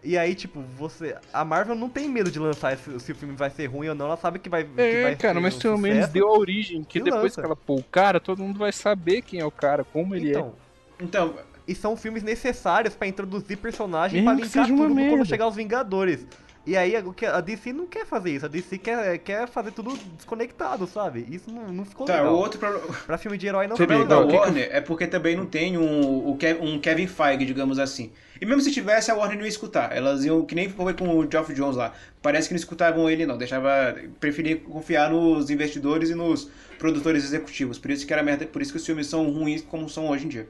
E aí, tipo, você. A Marvel não tem medo de lançar se, se o filme vai ser ruim ou não, ela sabe que vai. que É, vai cara, ser mas um pelo menos sucesso. deu a origem, que e depois lança. que ela pôr o cara, todo mundo vai saber quem é o cara, como ele Então. Então. E são filmes necessários pra introduzir personagem, Mesmo pra que linkar seja tudo uma quando merda. chegar os Vingadores. E aí, o que- a DC não quer fazer isso. A DC quer, quer fazer tudo desconectado, sabe? Isso não, não ficou Tá, legal. o outro problema. Pra filme de herói não O problema da ficou legal. Warner é porque também não tem um, o Ke- um Kevin Feige, digamos assim. E mesmo se tivesse, a Warner não ia escutar. Elas iam, que nem foi com o Geoff Jones lá. Parece que não escutavam ele, não. Deixava. Preferia confiar nos investidores e nos produtores executivos. Por isso que era merda. Por isso que os filmes são ruins como são hoje em dia.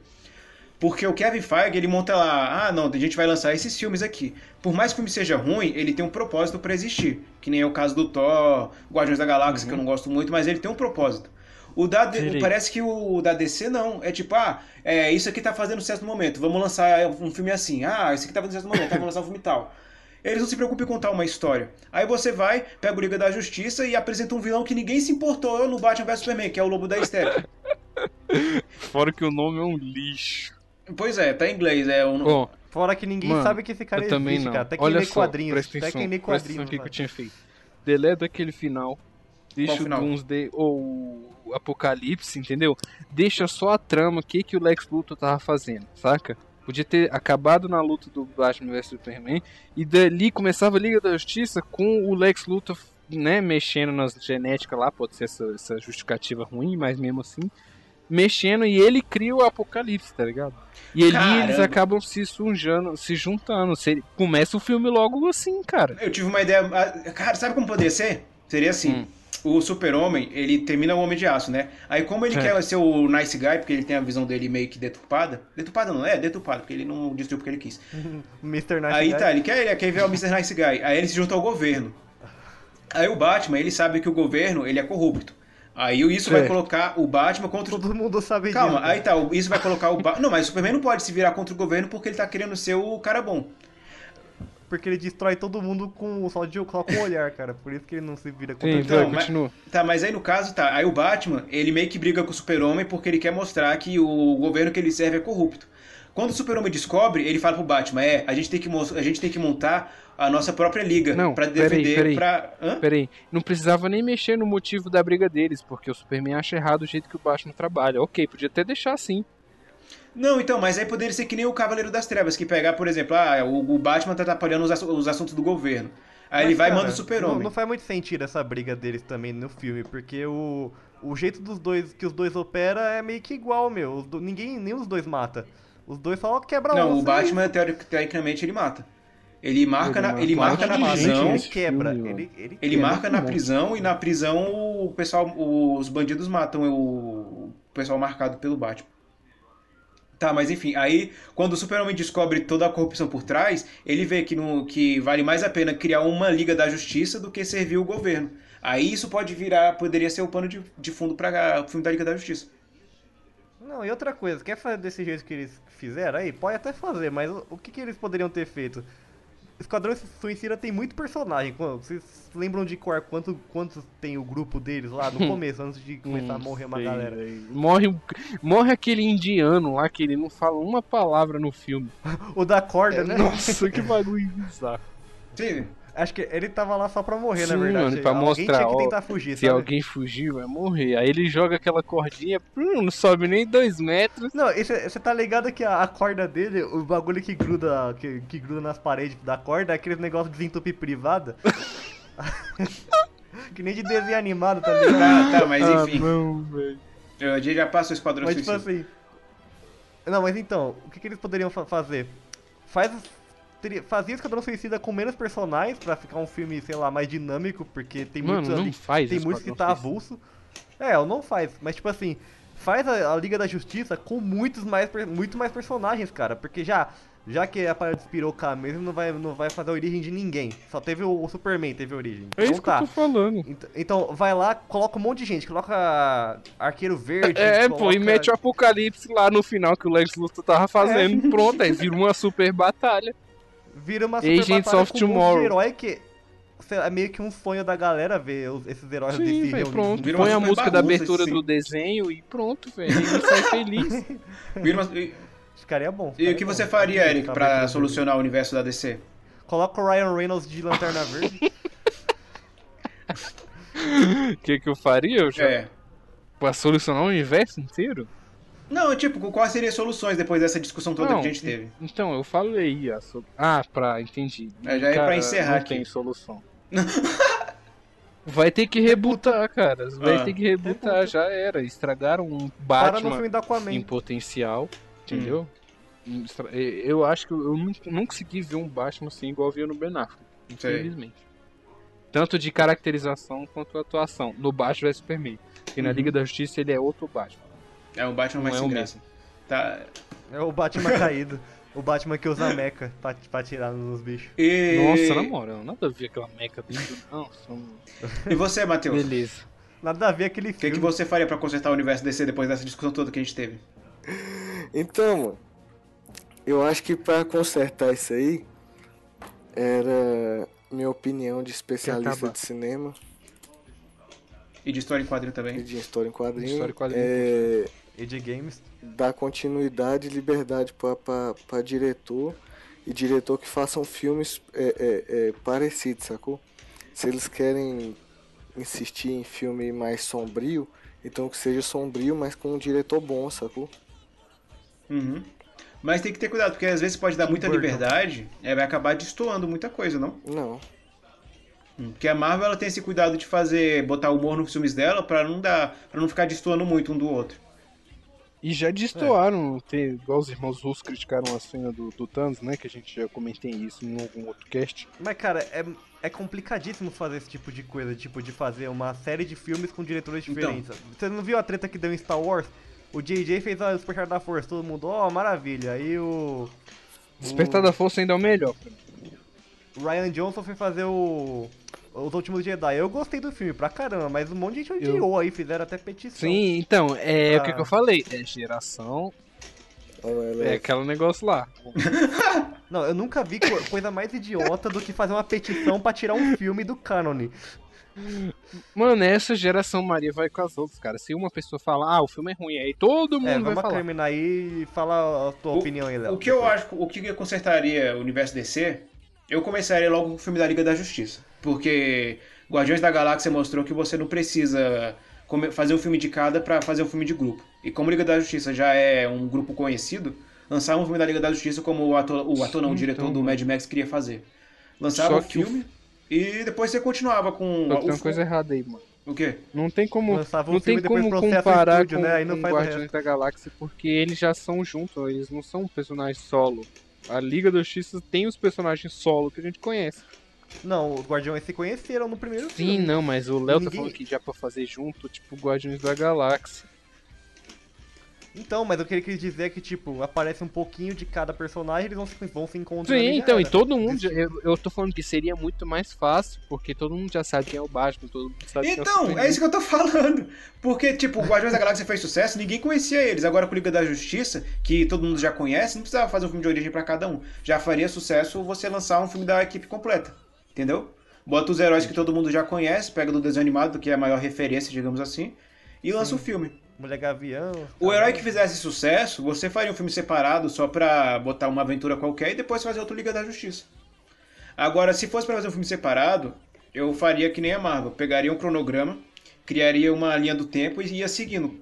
Porque o Kevin Feige, ele monta lá, ah, não, a gente vai lançar esses filmes aqui. Por mais que o filme seja ruim, ele tem um propósito pra existir. Que nem é o caso do Thor, Guardiões da Galáxia, que eu não gosto muito, mas ele tem um propósito. O da D- Sim. parece que o da DC não. É tipo, ah, é, isso aqui tá fazendo certo no momento, vamos lançar um filme assim. Ah, isso aqui tá fazendo certo no momento, vamos lançar um filme tal. Eles não se preocupam em contar uma história. Aí você vai, pega o Liga da Justiça e apresenta um vilão que ninguém se importou no Batman vs Superman, que é o Lobo da Estepe. é. Fora que o nome é um lixo. pois é, tá em inglês, é o Ó, Fora que ninguém Mano, sabe que esse cara eu existe, também não. cara. Até quem Olha lê só, quadrinhos. presta até atenção, quem lê presta atenção no quadrinhos. que, que eu mano. tinha feito. Deleta aquele final, deixa Qual o final? Doomsday ou o Apocalipse, entendeu? Deixa só a trama, o que, que o Lex Luthor tava fazendo, saca? Podia ter acabado na luta do Batman vs Superman e dali começava a Liga da Justiça com o Lex Luthor né, mexendo nas genéticas lá, pode ser essa, essa justificativa ruim, mas mesmo assim, mexendo e ele cria o apocalipse, tá ligado? E ali Caramba. eles acabam se sujando, se juntando. se- começa o filme logo assim, cara. Eu tive uma ideia. ah, Cara, sabe como poderia ser? Seria assim. O super-homem, ele termina o Homem de Aço, né? Aí como ele É. quer ser o nice guy, porque ele tem a visão dele meio que deturpada... Deturpada não, é deturpada, porque ele não destruiu porque ele quis. Mr. Nice é Aí Guy. tá, ele quer, ele quer ver o Mr. Nice Guy. Aí ele se junta ao governo. Aí o Batman, ele sabe que o governo, ele é corrupto. Aí isso vai Certo. colocar o Batman contra... Todo mundo sabe Calma, disso. aí tá, o- isso vai colocar o Batman... Não, mas o Superman não pode se virar contra o governo porque ele tá querendo ser o cara bom. Porque ele destrói todo mundo com só de só com o olhar, cara. Por isso que ele não se vira contra Então, ninguém. mas- Tá, mas aí no caso, tá. Aí o Batman, ele meio que briga com o Super-Homem porque ele quer mostrar que o governo que ele serve é corrupto. Quando o Super-Homem descobre, ele fala pro Batman: é, a gente tem que, mos- a gente tem que montar a nossa própria liga Não, pra peraí, defender. peraí. pra... Hã? Peraí, não precisava nem mexer no motivo da briga deles, porque o Superman acha errado o jeito que o Batman trabalha. Ok, podia até deixar assim. Não, então, mas aí poderia ser que nem o Cavaleiro das Trevas, que pegar, por exemplo, ah, o, o Batman tá atrapalhando os, ass- os assuntos do governo. Aí Mas, ele vai e cara, manda o Não, Super-Homem. não faz muito sentido essa briga deles também no filme, porque o, o jeito dos dois que os dois opera é meio que igual, meu. Os do- ninguém, nem os dois mata. Os dois só quebra Não, um, o só isso. Batman, teori- teoricamente, ele mata. Ele marca na, ele marca na Ele prisão. quebra, ele, ele Ele quebra. marca na prisão e na prisão o pessoal, os bandidos matam o o pessoal marcado pelo Batman. Tá, mas enfim, aí quando o Super-Homem descobre toda a corrupção por trás, ele vê que, no, que vale mais a pena criar uma Liga da Justiça do que servir o governo. Aí isso pode virar, poderia ser o pano de, de fundo para o filme da Liga da Justiça. Não, e outra coisa, quer fazer desse jeito que eles fizeram aí? Pode até fazer, mas o, o que, que eles poderiam ter feito? Esquadrão Suicida tem muito personagem. Quan- Vocês lembram de cor quanto, quantos tem o grupo deles lá (laughs) no começo, antes de Hum, começar a morrer tá, uma sei, galera? velho. Morre, um- morre aquele indiano lá que ele não fala uma palavra no filme. O da corda, né? É, Nossa, que bagulho bizarro. Sim. Acho que ele tava lá só pra morrer, na Sim, verdade. mano, pra Alguém mostrar, tinha que ó, tentar fugir, Se sabe? alguém fugir, vai morrer. Aí ele joga aquela cordinha, pum, não sobe nem dois metros. Não, você tá ligado que a, a corda dele, o bagulho que gruda, que, que gruda nas paredes da corda é aquele negócio de desentupir privada. (laughs) que nem de desenho animado, tá ligado? Tá, tá, mas enfim. Ah, não, Eu já- já passa o Esquadrão Mas tipo Suicida. assim. Não, mas então, o que, que eles poderiam fa- fazer? Faz. teria- Fazia Esquadrão Suicida com menos personagens pra ficar um filme, sei lá, mais dinâmico, porque tem Mano, muitos não ali. faz tem muitos que tá Esquadrão avulso. É, não faz. Mas tipo assim, faz a, a Liga da Justiça com muitos mais, per- muito mais personagens, cara. Porque já. Já que a parada inspirou o cara mesmo, não vai, não vai fazer a origem de ninguém. Só teve o, o Superman, teve a origem. É isso então, tá. que eu tô falando. Ent- Então, vai lá, coloca um monte de gente. Coloca Arqueiro Verde. É, pô, e coloca- mete o apocalipse lá no final que o Lex Luthor tava fazendo. É. Pronto, aí vira uma super batalha. Vira uma super Agents batalha of com um monte Tomorrow. de herói que sei lá, é meio que um sonho da galera ver os- esses heróis Sim, desse velho, reunidos. pronto. um Vira uma Põe a super música da bagunça, abertura sim. do desenho e pronto, velho. Ele sai feliz. Vira uma- e- Ficaria é bom. E ficaria o que bom. você faria, Eric, Tá pra abertura solucionar o universo da DC? verde. Coloca o Ryan Reynolds de Lanterna (laughs) Verde. (laughs) O que, que eu faria? Eu já... É. Pra solucionar o universo inteiro? Não, tipo, quais seriam as soluções depois dessa discussão toda Não, que a gente teve? Então, eu falei ó, sobre... Ah, pra... Entendi. É, já é Cara, pra encerrar não aqui. tem (laughs) solução. Vai ter que rebutar, cara. Vai Ah. ter que rebutar, já era. Estragaram um Para no Batman filme do Aquaman. em potencial, entendeu? Estra- eh, Eu acho que eu não, não consegui ver um Batman assim igual eu vi no Ben Affleck, Sei. infelizmente. Tanto de caracterização quanto atuação. No Batman vs Superman. E na Uhum. Liga da Justiça ele é outro Batman. É o Batman Não mais é sem o graça. Tá. É o Batman caído. O Batman que usa a meca pra, pra tirar nos bichos. E... Nossa, na moral, nada a ver aquela meca dentro. Nossa, mano. E você, Matheus? Beleza. Nada a ver aquele O que, filme. que você faria pra consertar o universo DC depois dessa discussão toda que a gente teve? Então, mano, eu acho que pra consertar isso aí, era minha opinião de especialista acabar. de cinema E de história em quadrinho também. e de história em quadrinho. História em quadrinho. é, E de games. dar continuidade e liberdade pra- pra pra diretor e diretor que façam filmes é, é, é, parecidos, sacou? Se eles querem insistir em filme mais sombrio, então que seja sombrio, mas com um diretor bom, sacou? Uhum. Mas tem que ter cuidado, porque às vezes pode dar muita Burton. liberdade, é, vai acabar destoando muita coisa, não? Não. Porque a Marvel ela tem esse cuidado de fazer botar humor nos filmes dela pra não dar, para não ficar destoando muito um do outro. E já destoaram, tem, igual os irmãos russos criticaram a cena do, do Thanos, né? Que a gente já comentei isso em algum outro cast. Mas, cara, é, é complicadíssimo fazer esse tipo de coisa, tipo, de fazer uma série de filmes com diretores Então. diferentes. Você não viu a treta que deu em Star Wars? O JJ fez a Despertar da Força, todo mundo, ó, maravilha. Aí o. Despertar da Força ainda é o melhor. O Ryan Johnson foi fazer o. Os Últimos Jedi. Eu gostei do filme pra caramba, mas um monte de gente Eu- odiou aí, fizeram até petição. Sim, então, é o que, Ah. que eu falei. É geração. É aquele negócio lá. Não, eu nunca vi co- coisa mais idiota do que fazer uma petição pra tirar um filme do cânone. Mano, essa geração Maria vai com as outras, cara. Se uma pessoa falar, ah, o filme é ruim, aí todo mundo É, vai vamos falar. terminar aí e fala a tua opinião aí, Léo. O que eu acho, o que eu consertaria o universo DC, eu começaria logo com o filme da Liga da Justiça. Porque Guardiões da Galáxia mostrou que você não precisa come- fazer um filme de cada pra fazer um filme de grupo. E como Liga da Justiça já é um grupo conhecido, lançava um filme da Liga da Justiça como o ator, o ator não, o Sim, diretor então, do Mad Max queria fazer. Lançava Só um que o- filme e depois você continuava com Só que o tem uma fi- coisa errada aí, mano. O quê? Não tem como, Lançava um não tem filme e depois como processa o comparar estúdio, com, né? Aí não com faz o Guardiões da Galáxia porque eles já são juntos, eles não são personagens solo. A Liga dos X tem os personagens solo que a gente conhece. Não, os Guardiões se conheceram no primeiro filme. Sim, Uhum. não, mas o Léo tá Ninguém- falando que já pra fazer junto, tipo Guardiões da Galáxia. Então, mas o que ele quis dizer é que, tipo, aparece um pouquinho de cada personagem, eles vão se, vão se encontrando. Sim, já então, e era. todo mundo. já- eu, eu tô falando que seria muito mais fácil, porque todo mundo já sabe quem é o Batman, todo mundo sabe quem é o Então, é Superman. isso que eu tô falando. Porque, tipo, o Guardiões da Galáxia fez sucesso, ninguém conhecia eles. Agora com Liga da Justiça, que todo mundo já conhece, não precisava fazer um filme de origem pra cada um. Já faria sucesso você lançar um filme da equipe completa. Entendeu? Bota os heróis que todo mundo já conhece, pega do desenho animado, que é a maior referência, digamos assim, e lança o filme. Mulher Gavião. O herói que fizesse sucesso, você faria um filme separado só pra botar uma aventura qualquer e depois fazer outro Liga da Justiça. Agora, se fosse pra fazer um filme separado, eu faria que nem a Marvel. Pegaria um cronograma, criaria uma linha do tempo e ia seguindo.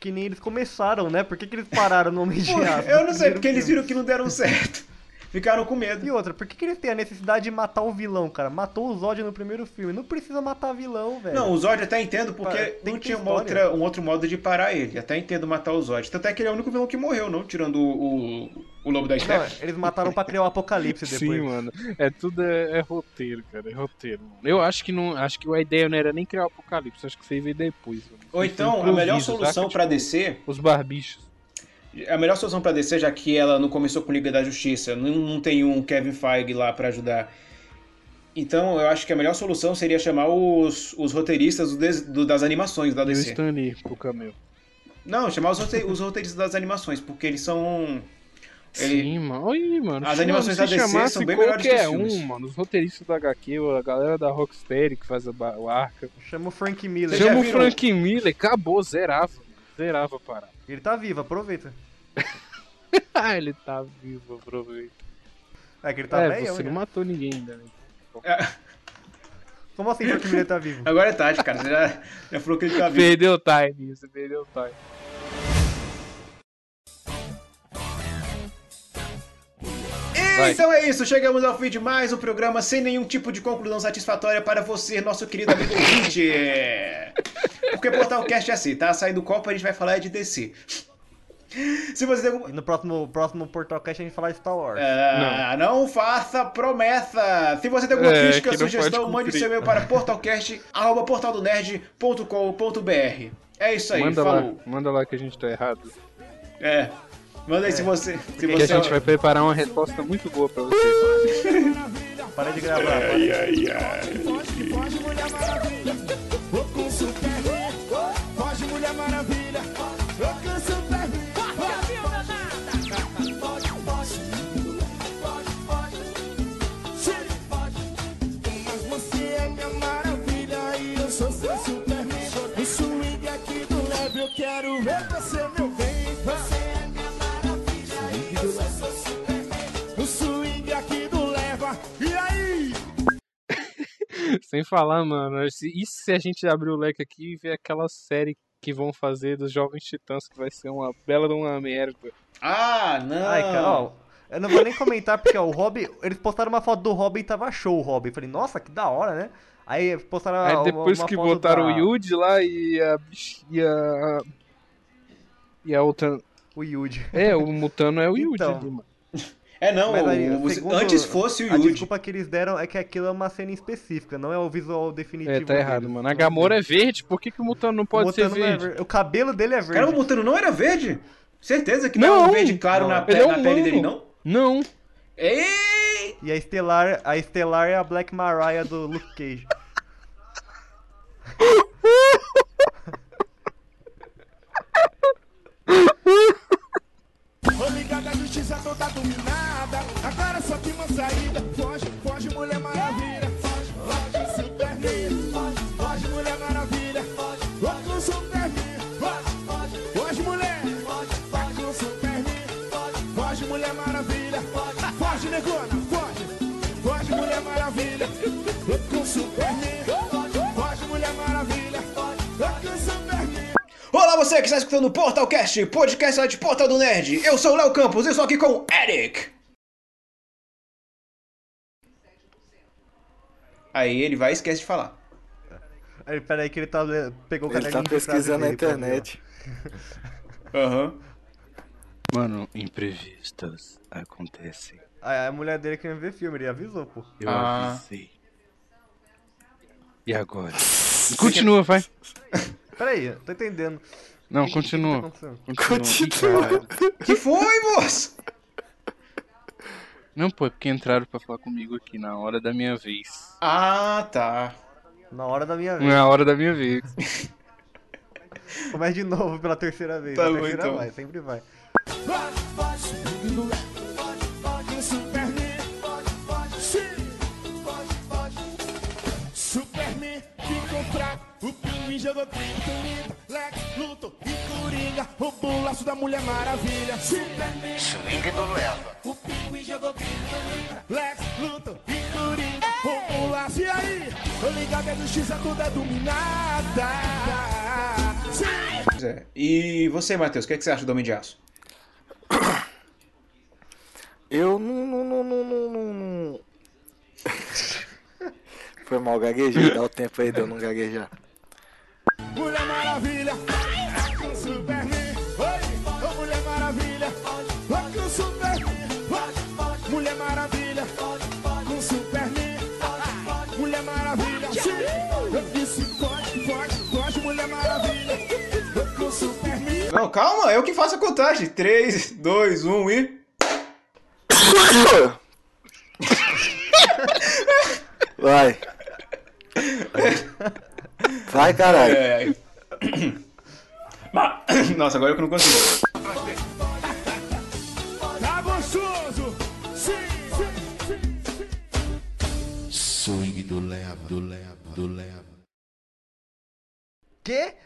Que nem eles começaram, né? Por que, que eles pararam no Homem de Pô, (laughs) Aço? eu não sei, Primeiro porque eles filme. viram que não deram certo. (laughs) Ficaram com medo. E outra, por que, que eles têm a necessidade de matar o vilão, cara? Matou o Zod no primeiro filme. Não precisa matar vilão, velho. Não, o Zod até entendo Cara, porque tem não que tinha ter uma história. outra, um outro modo de parar ele. Até entendo matar o Zod. Tanto é que ele é o único vilão que morreu, não? Tirando o, o, o Lobo da Não, é. Steppe. eles mataram pra criar o apocalipse depois. (laughs) Sim, mano. É tudo é, é roteiro, cara. É roteiro. Mano. Eu acho que não. Acho que a ideia não era nem criar o apocalipse, acho que você veio depois, mano. Ou Foi então, a improviso, melhor saca? solução Tipo, pra descer Os barbichos. A melhor solução pra DC, já que ela não começou com Liga da Justiça, não, não tem um Kevin Feige lá pra ajudar. Então, eu acho que a melhor solução seria chamar os, os roteiristas do des- do- das animações da Eu DC. estou ali pro caminho. Não, chamar os, rote- os roteiristas das animações, porque eles são. (laughs) ele- Sim, mano. Oi, mano. As Se, animações mano, da se DC são chamasse bem melhores que os qualquer filmes. um, mano. Os roteiristas da HQ, a galera da Rocksteady que faz a ba- o arca. Chama o Frank Miller. Chama o Frank Miller, acabou, zerava. mano. Zerava a parada. Ele tá vivo, aproveita. Ah, ele tá vivo, aproveita. É que ele tá é, velhão, você né? não matou ninguém ainda, né? Como assim Frank Miller tá vivo? Agora é tarde, cara. Você já, já falou que ele tá vivo. Perdeu o time, você perdeu o time. Vai. Então é isso, chegamos ao fim de mais um programa sem nenhum tipo de conclusão satisfatória para você, nosso querido amigo ouvinte. Porque Portal Cast é assim, tá? Saindo do copo a gente vai falar de DC. Se você tem algum... E no próximo, próximo Portal Cast a gente fala de Star Wars. É. Ah, não. faça promessa! Se você tem alguma É, crítica, que não sugestão, pode mande cumprir. seu e-mail para portalcast.portaldonerd.com.br É isso aí, manda falou. lá, manda lá que a gente tá errado. É. Manda aí se você. Se Que a você gente vai preparar uma resposta muito boa pra (laughs) vocês. Para de gravar. Ai, ai, ai. Foge, Mulher Maravilha. Vou com Super Hulk. Foge, Mulher Maravilha. Vou com Super Hulk. Foge, foge. Foge, foge. Sim. Mas você é minha maravilha e eu sou seu Super Hulk. O swing aqui do leve eu quero ver você, meu bem. Você é minha maravilha e eu sou seu Super Hulk. O swing aqui do leva. E aí? Sem falar, mano. se- Isso se a gente abrir o leque aqui e ver aquela série que vão fazer dos Jovens Titãs, que vai ser uma bela de uma merda. Ah, não! Ai, cara, ó, Eu não vou nem comentar porque ó, o Robin. Eles postaram uma foto do Robin e tava show o Robin. Eu Falei, nossa, que da hora, né? Aí postaram Aí uma- depois uma que foto botaram da- o Yud lá e a. bicha- E a, e a outra. O Yud. É, o Mutano é o Yud. Então. ali, mano. É, não, Mas aí, o- o- segundo- antes fosse o A Yuji. desculpa que eles deram é que aquilo é uma cena específica, não é o visual definitivo. É, tá errado, deles. mano. A Gamora é verde, por que, que o Mutano não pode Mutano ser não é verde? ver- O cabelo dele é verde. Caramba, o Mutano não era verde? Certeza que não, é um verde claro na, pe- Ele é na pele humano. dele, não? Não. E a Estelar, a Estelar é a Black Mariah do Luke Cage. (laughs) Tô ligado, a justiça toda dominada. Agora só tem uma saída. Foge, foge, mulher maravilha. Foge, foge, Superman. Foge, foge, mulher maravilha. Foge, foge, com Superman. Foge, foge, foge, mulher. Foge, foge, com Superman. Foge, foge, mulher maravilha. Foge, foge, negona. Foge, foge, mulher maravilha. Foge, com Superman. Foge, foge, mulher maravilha. Foge, foge, com Superman. Olá, você que está escutando o Portalcast, podcast lá de Portal do Nerd. Eu sou o Léo Campos e estou aqui com o Eric. Aí ele vai e esquece de falar. Aí, peraí que ele tá, le- pegou o Ele caderninho tá de frase pesquisando na dele pra ver, ó. internet. Aham. Mano, imprevistos acontecem. A, a mulher dele queria ver filme, ele avisou, pô. Eu avisei. E agora? Continua, vai. Peraí, eu tô entendendo. Não, O que- o que que tá continua. (laughs) acontecendo? Continua. Ih, caralho. que foi, moço? Não, pô, é porque entraram pra falar comigo aqui na hora da minha vez. Ah, tá. Na hora da minha Não vez. é a hora da minha vez. Começa de novo pela terceira vez. Tá a bom, terceira então. vai, sempre vai. Superman ficou fraco, o pinguim jogou criptonita Lex, Luthor e Coringa roubou o laço da Mulher Maravilha Superman Swing do Léo. o pinguim jogou criptonita Lex, Luthor e Coringa roubou o laço E aí, tô ligado, a justiça toda é dominada Sim. Pois é. E você, Matheus, o que, é que você acha do Homem de Aço? Eu não. não, não, não, não, não, não. (laughs) Foi mal gaguejei, dá o tempo aí de eu não gaguejar. Mulher Maravilha, vai com o Superman. Oi, ô Mulher Maravilha, vai com o Superman. Vai, Mulher Maravilha, com o Superman. Mulher Maravilha, sim. Eu disse pode, pode, pode, Mulher Maravilha, vai com o Superman. Não, calma, eu que faço a contagem. 3, 2, 1 e. Vai. Vai, caralho. Ai, ai, ai. Ma- (coughs) Nossa, agora eu que não consigo. Tá gostoso, sim, sim, sim. Swing do Léo, do Léo, do Léo. Quê?